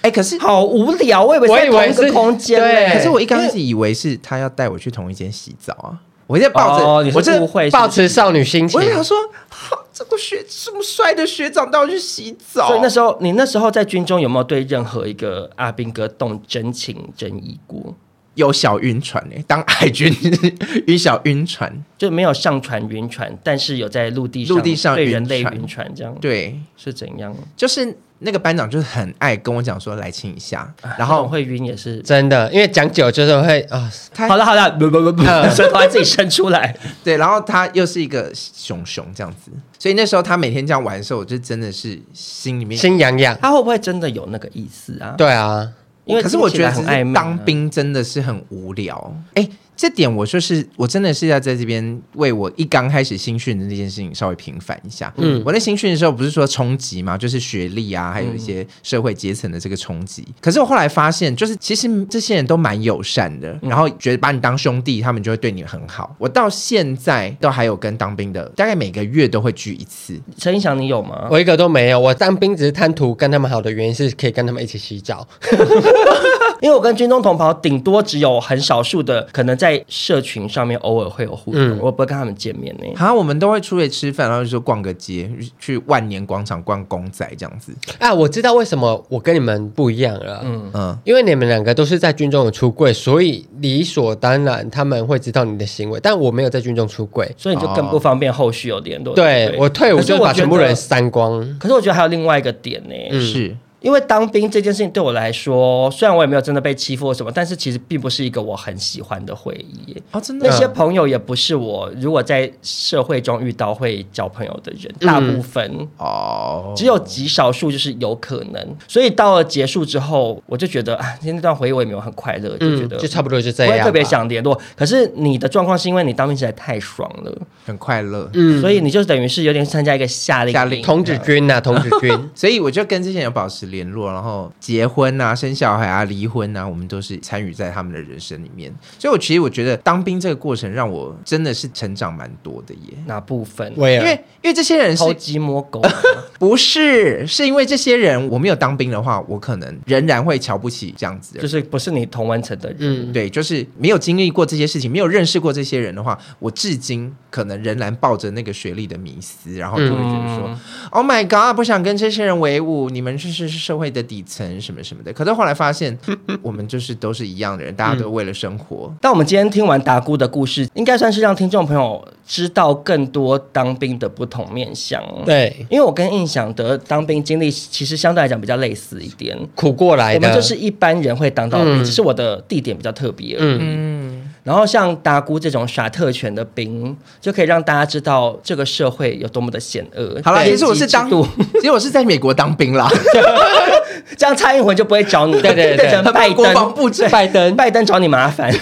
[SPEAKER 4] 哎、可是
[SPEAKER 2] 嗯哦好无聊，我以为
[SPEAKER 1] 我
[SPEAKER 2] 是
[SPEAKER 1] 以
[SPEAKER 2] 在同
[SPEAKER 1] 为
[SPEAKER 2] 一
[SPEAKER 1] 是
[SPEAKER 2] 个空间
[SPEAKER 1] 对
[SPEAKER 2] 嘞，
[SPEAKER 4] 可是我一刚开始以为是他要带我去同一间洗澡啊，我在抱着、
[SPEAKER 2] 哦，你
[SPEAKER 4] 我
[SPEAKER 2] 是
[SPEAKER 4] 这
[SPEAKER 2] 误会，
[SPEAKER 1] 保持少女心情
[SPEAKER 4] 我，就想说，好这个学这么帅的学长带我去洗澡，
[SPEAKER 2] 所以那时候，你那时候在军中有没有对任何一个阿兵哥动真情真意过？
[SPEAKER 4] 有小晕船哎、当海军 晕小晕船，
[SPEAKER 2] 就没有上船晕船，但是有在陆地上
[SPEAKER 4] 陆地上
[SPEAKER 2] 对
[SPEAKER 4] 晕
[SPEAKER 2] 人类
[SPEAKER 4] 船
[SPEAKER 2] 晕船，这样
[SPEAKER 4] 对，
[SPEAKER 2] 是怎样？
[SPEAKER 4] 就是那个班长就是很爱跟我讲说来亲一下，然
[SPEAKER 2] 然后
[SPEAKER 4] 后
[SPEAKER 2] 会晕也是。
[SPEAKER 1] 真的，因为讲久就是会啊，
[SPEAKER 4] 他
[SPEAKER 2] 好了好了，不不不不， 舌头还自己伸出来。
[SPEAKER 4] 对，然后他又是一个熊熊这样子，所以那时候他每天这样玩的时候，我就真的是心里面
[SPEAKER 1] 心痒痒。
[SPEAKER 2] 他会不会真的有那个意思啊？，
[SPEAKER 1] 对啊，
[SPEAKER 2] 因为
[SPEAKER 4] 可是我觉得
[SPEAKER 2] 听
[SPEAKER 4] 只
[SPEAKER 2] 起来很暧
[SPEAKER 4] 是
[SPEAKER 2] 昧啊
[SPEAKER 4] 当兵真的是很无聊。哎、这点我就是我真的是要在这边为我一刚开始新训的那件事情稍微平反一下。嗯，我在新训的时候不是说冲击嘛，就是学历啊，还有一些社会阶层的这个冲击。可是我后来发现，就是其实这些人都蛮友善的，
[SPEAKER 2] 嗯
[SPEAKER 4] 然后觉得把你当兄弟，他们就会对你很好。我到现在都还有跟当兵的，大概每个月都会聚一次。
[SPEAKER 2] 陈意翔，你有吗？
[SPEAKER 1] 我一个都没有。我当兵只是贪图跟他们好的原因是可以跟他们一起洗澡，
[SPEAKER 2] 因为我跟军中同袍，顶多只有很少数的，可能在社群上面偶尔会有互动，我不会跟他们见面呢。
[SPEAKER 4] 好，我们都会出来吃饭，然后就说逛个街，去万年广场逛公仔这样子。
[SPEAKER 1] 啊，我知道为什么我跟你们不一样了。嗯。
[SPEAKER 4] 嗯，
[SPEAKER 1] 因为你们两个都是在军中有出柜，所以理所当然他们会知道你的行为，但我没有在军中出柜，
[SPEAKER 2] 所以你就更不方便后续有联络。
[SPEAKER 1] 哦对我退伍
[SPEAKER 2] 可是
[SPEAKER 1] 就
[SPEAKER 2] 我
[SPEAKER 1] 把
[SPEAKER 2] 觉
[SPEAKER 1] 全部
[SPEAKER 2] 得
[SPEAKER 1] 人删光。
[SPEAKER 2] 可是我觉得还有另外一个点呢、
[SPEAKER 4] 是。
[SPEAKER 2] 因为当兵这件事情对我来说，虽然我也没有真的被欺负或什么，但是其实并不是一个我很喜欢的回忆耶。
[SPEAKER 4] 哦，
[SPEAKER 1] 嗯
[SPEAKER 4] 真的
[SPEAKER 2] 那些朋友也不是我如果在社会中遇到会交朋友的人，
[SPEAKER 1] 嗯
[SPEAKER 2] 大部分。
[SPEAKER 4] 哦，
[SPEAKER 2] 只有极少数就是有可能，所以到了结束之后，我就觉得啊，那段回忆我也没有很快乐，就觉
[SPEAKER 1] 嗯，
[SPEAKER 2] 得
[SPEAKER 1] 就差不多就这
[SPEAKER 2] 不会
[SPEAKER 1] 样吧。
[SPEAKER 2] 特别想联络。可是你的状况是因为你当兵实在太爽了，
[SPEAKER 4] 很快乐。
[SPEAKER 1] 嗯
[SPEAKER 2] 所以你就等于是有点参加一个夏令
[SPEAKER 4] 夏令。
[SPEAKER 2] 营
[SPEAKER 1] 童子军呐、童子军
[SPEAKER 4] 所以我就跟之前有保持联络，然后结婚啊、生小孩啊、离婚啊，我们都是参与在他们的人生里面。所以，我其实我觉得当兵这个过程让我真的是成长蛮多的耶，
[SPEAKER 2] 哪部分？
[SPEAKER 1] 威
[SPEAKER 4] 因为
[SPEAKER 1] 尔，
[SPEAKER 4] 因为这些人是
[SPEAKER 2] 偷鸡摸狗啊 吗，
[SPEAKER 4] 不是是因为这些人我没有当兵的话，我可能仍然会瞧不起这样子的人
[SPEAKER 2] 就是不是你同温层的人。
[SPEAKER 1] 嗯，
[SPEAKER 4] 对，就是没有经历过这些事情，没有认识过这些人的话，我至今可能仍然抱着那个学历的迷思，然后就会觉得说、o h my God，不想跟这些人为伍，你们就是是社会的底层什么什么的。可是后来发现，我们就是都是一样的人，大家都为了生活。
[SPEAKER 2] 但我们今天听完达姑的故事，应该算是让听众朋友知道更多当兵的不同面向。，
[SPEAKER 1] 对，
[SPEAKER 2] 因为我跟印象的当兵经历其实相对来讲比较类似一点。
[SPEAKER 1] 苦过
[SPEAKER 4] 哎
[SPEAKER 1] 来
[SPEAKER 2] 我
[SPEAKER 1] 的，
[SPEAKER 4] 啊
[SPEAKER 2] 们就是一般人会当到兵，
[SPEAKER 1] 嗯
[SPEAKER 2] 只是我的地点比较特别而已。
[SPEAKER 1] 嗯，
[SPEAKER 2] 然后像达姑这种耍特权的兵，就可以让大家知道这个社会有多么的险恶。
[SPEAKER 4] 好了，
[SPEAKER 2] 对
[SPEAKER 4] 其实我是
[SPEAKER 2] 阶级
[SPEAKER 4] 当
[SPEAKER 2] 制度，
[SPEAKER 4] 其实我是在美国当兵啦，
[SPEAKER 2] 这样蔡英文就不会找你，
[SPEAKER 1] 对对对
[SPEAKER 2] 变成
[SPEAKER 4] 他
[SPEAKER 2] 拜
[SPEAKER 4] 们国防
[SPEAKER 2] 登，
[SPEAKER 4] 部长。
[SPEAKER 1] 拜登，
[SPEAKER 2] 拜登找你麻烦。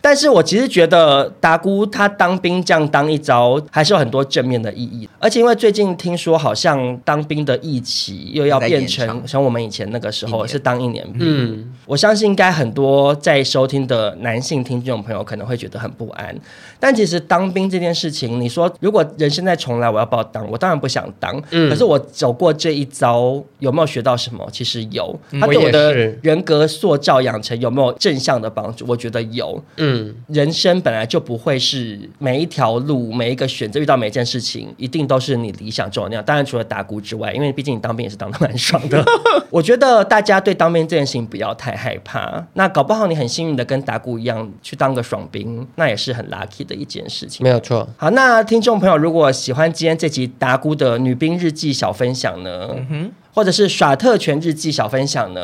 [SPEAKER 2] 但是我其实觉得达姑他当兵这样当一遭，还是有很多正面的意义。而且因为最近听说，好像当兵的役期又要
[SPEAKER 4] 在
[SPEAKER 2] 变
[SPEAKER 4] 延
[SPEAKER 2] 成
[SPEAKER 4] 长
[SPEAKER 2] 像我们以前那个时
[SPEAKER 4] 一
[SPEAKER 2] 候
[SPEAKER 4] 年
[SPEAKER 2] 是当一年兵。
[SPEAKER 1] 嗯，
[SPEAKER 2] 我相信应该很多在收听的男性听众朋友可能会觉得很不安，但其实当兵这件事情，你说如果人生再重来，我要不要当？我当然不想当，
[SPEAKER 1] 嗯
[SPEAKER 2] 可是我走过这一遭，有没有学到什么？其实有，他
[SPEAKER 1] 嗯我
[SPEAKER 2] 对我
[SPEAKER 1] 也
[SPEAKER 2] 的
[SPEAKER 1] 是
[SPEAKER 2] 人格塑造养成有没有正向的帮助？我觉得有。
[SPEAKER 1] 嗯，
[SPEAKER 2] 人生本来就不会是每一条路、每一个选择、遇到每一件事情，一定都是你理想中的那样。当然，除了打鼓之外，因为毕竟你当兵也是当的蛮爽 的。我觉得大家对当兵这件事情不要太害怕。那搞不好你很幸运的跟打鼓一样去当个爽兵，那也是很 lucky 的一件事情。
[SPEAKER 1] 没有错，
[SPEAKER 2] 好，那听众朋友如果喜欢今天这集达姑的女兵日记小分享呢，
[SPEAKER 4] 嗯
[SPEAKER 2] 或者是耍特权日记小分 享呢，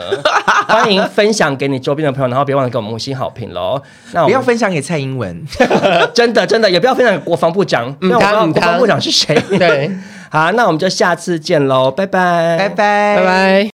[SPEAKER 2] 欢迎分享给你周边的朋友，然后别忘了给我们五星好评喽。那我
[SPEAKER 4] 不
[SPEAKER 2] 们
[SPEAKER 4] 要分享给蔡英文，
[SPEAKER 2] 真的真的也不要分享给国防部长，因为我不知道
[SPEAKER 1] 嗯他嗯
[SPEAKER 2] 国
[SPEAKER 1] 他
[SPEAKER 2] 防部长是谁。
[SPEAKER 1] 对，
[SPEAKER 2] 好，那我们就下次见喽，拜拜，
[SPEAKER 4] 拜拜，
[SPEAKER 1] 拜。拜。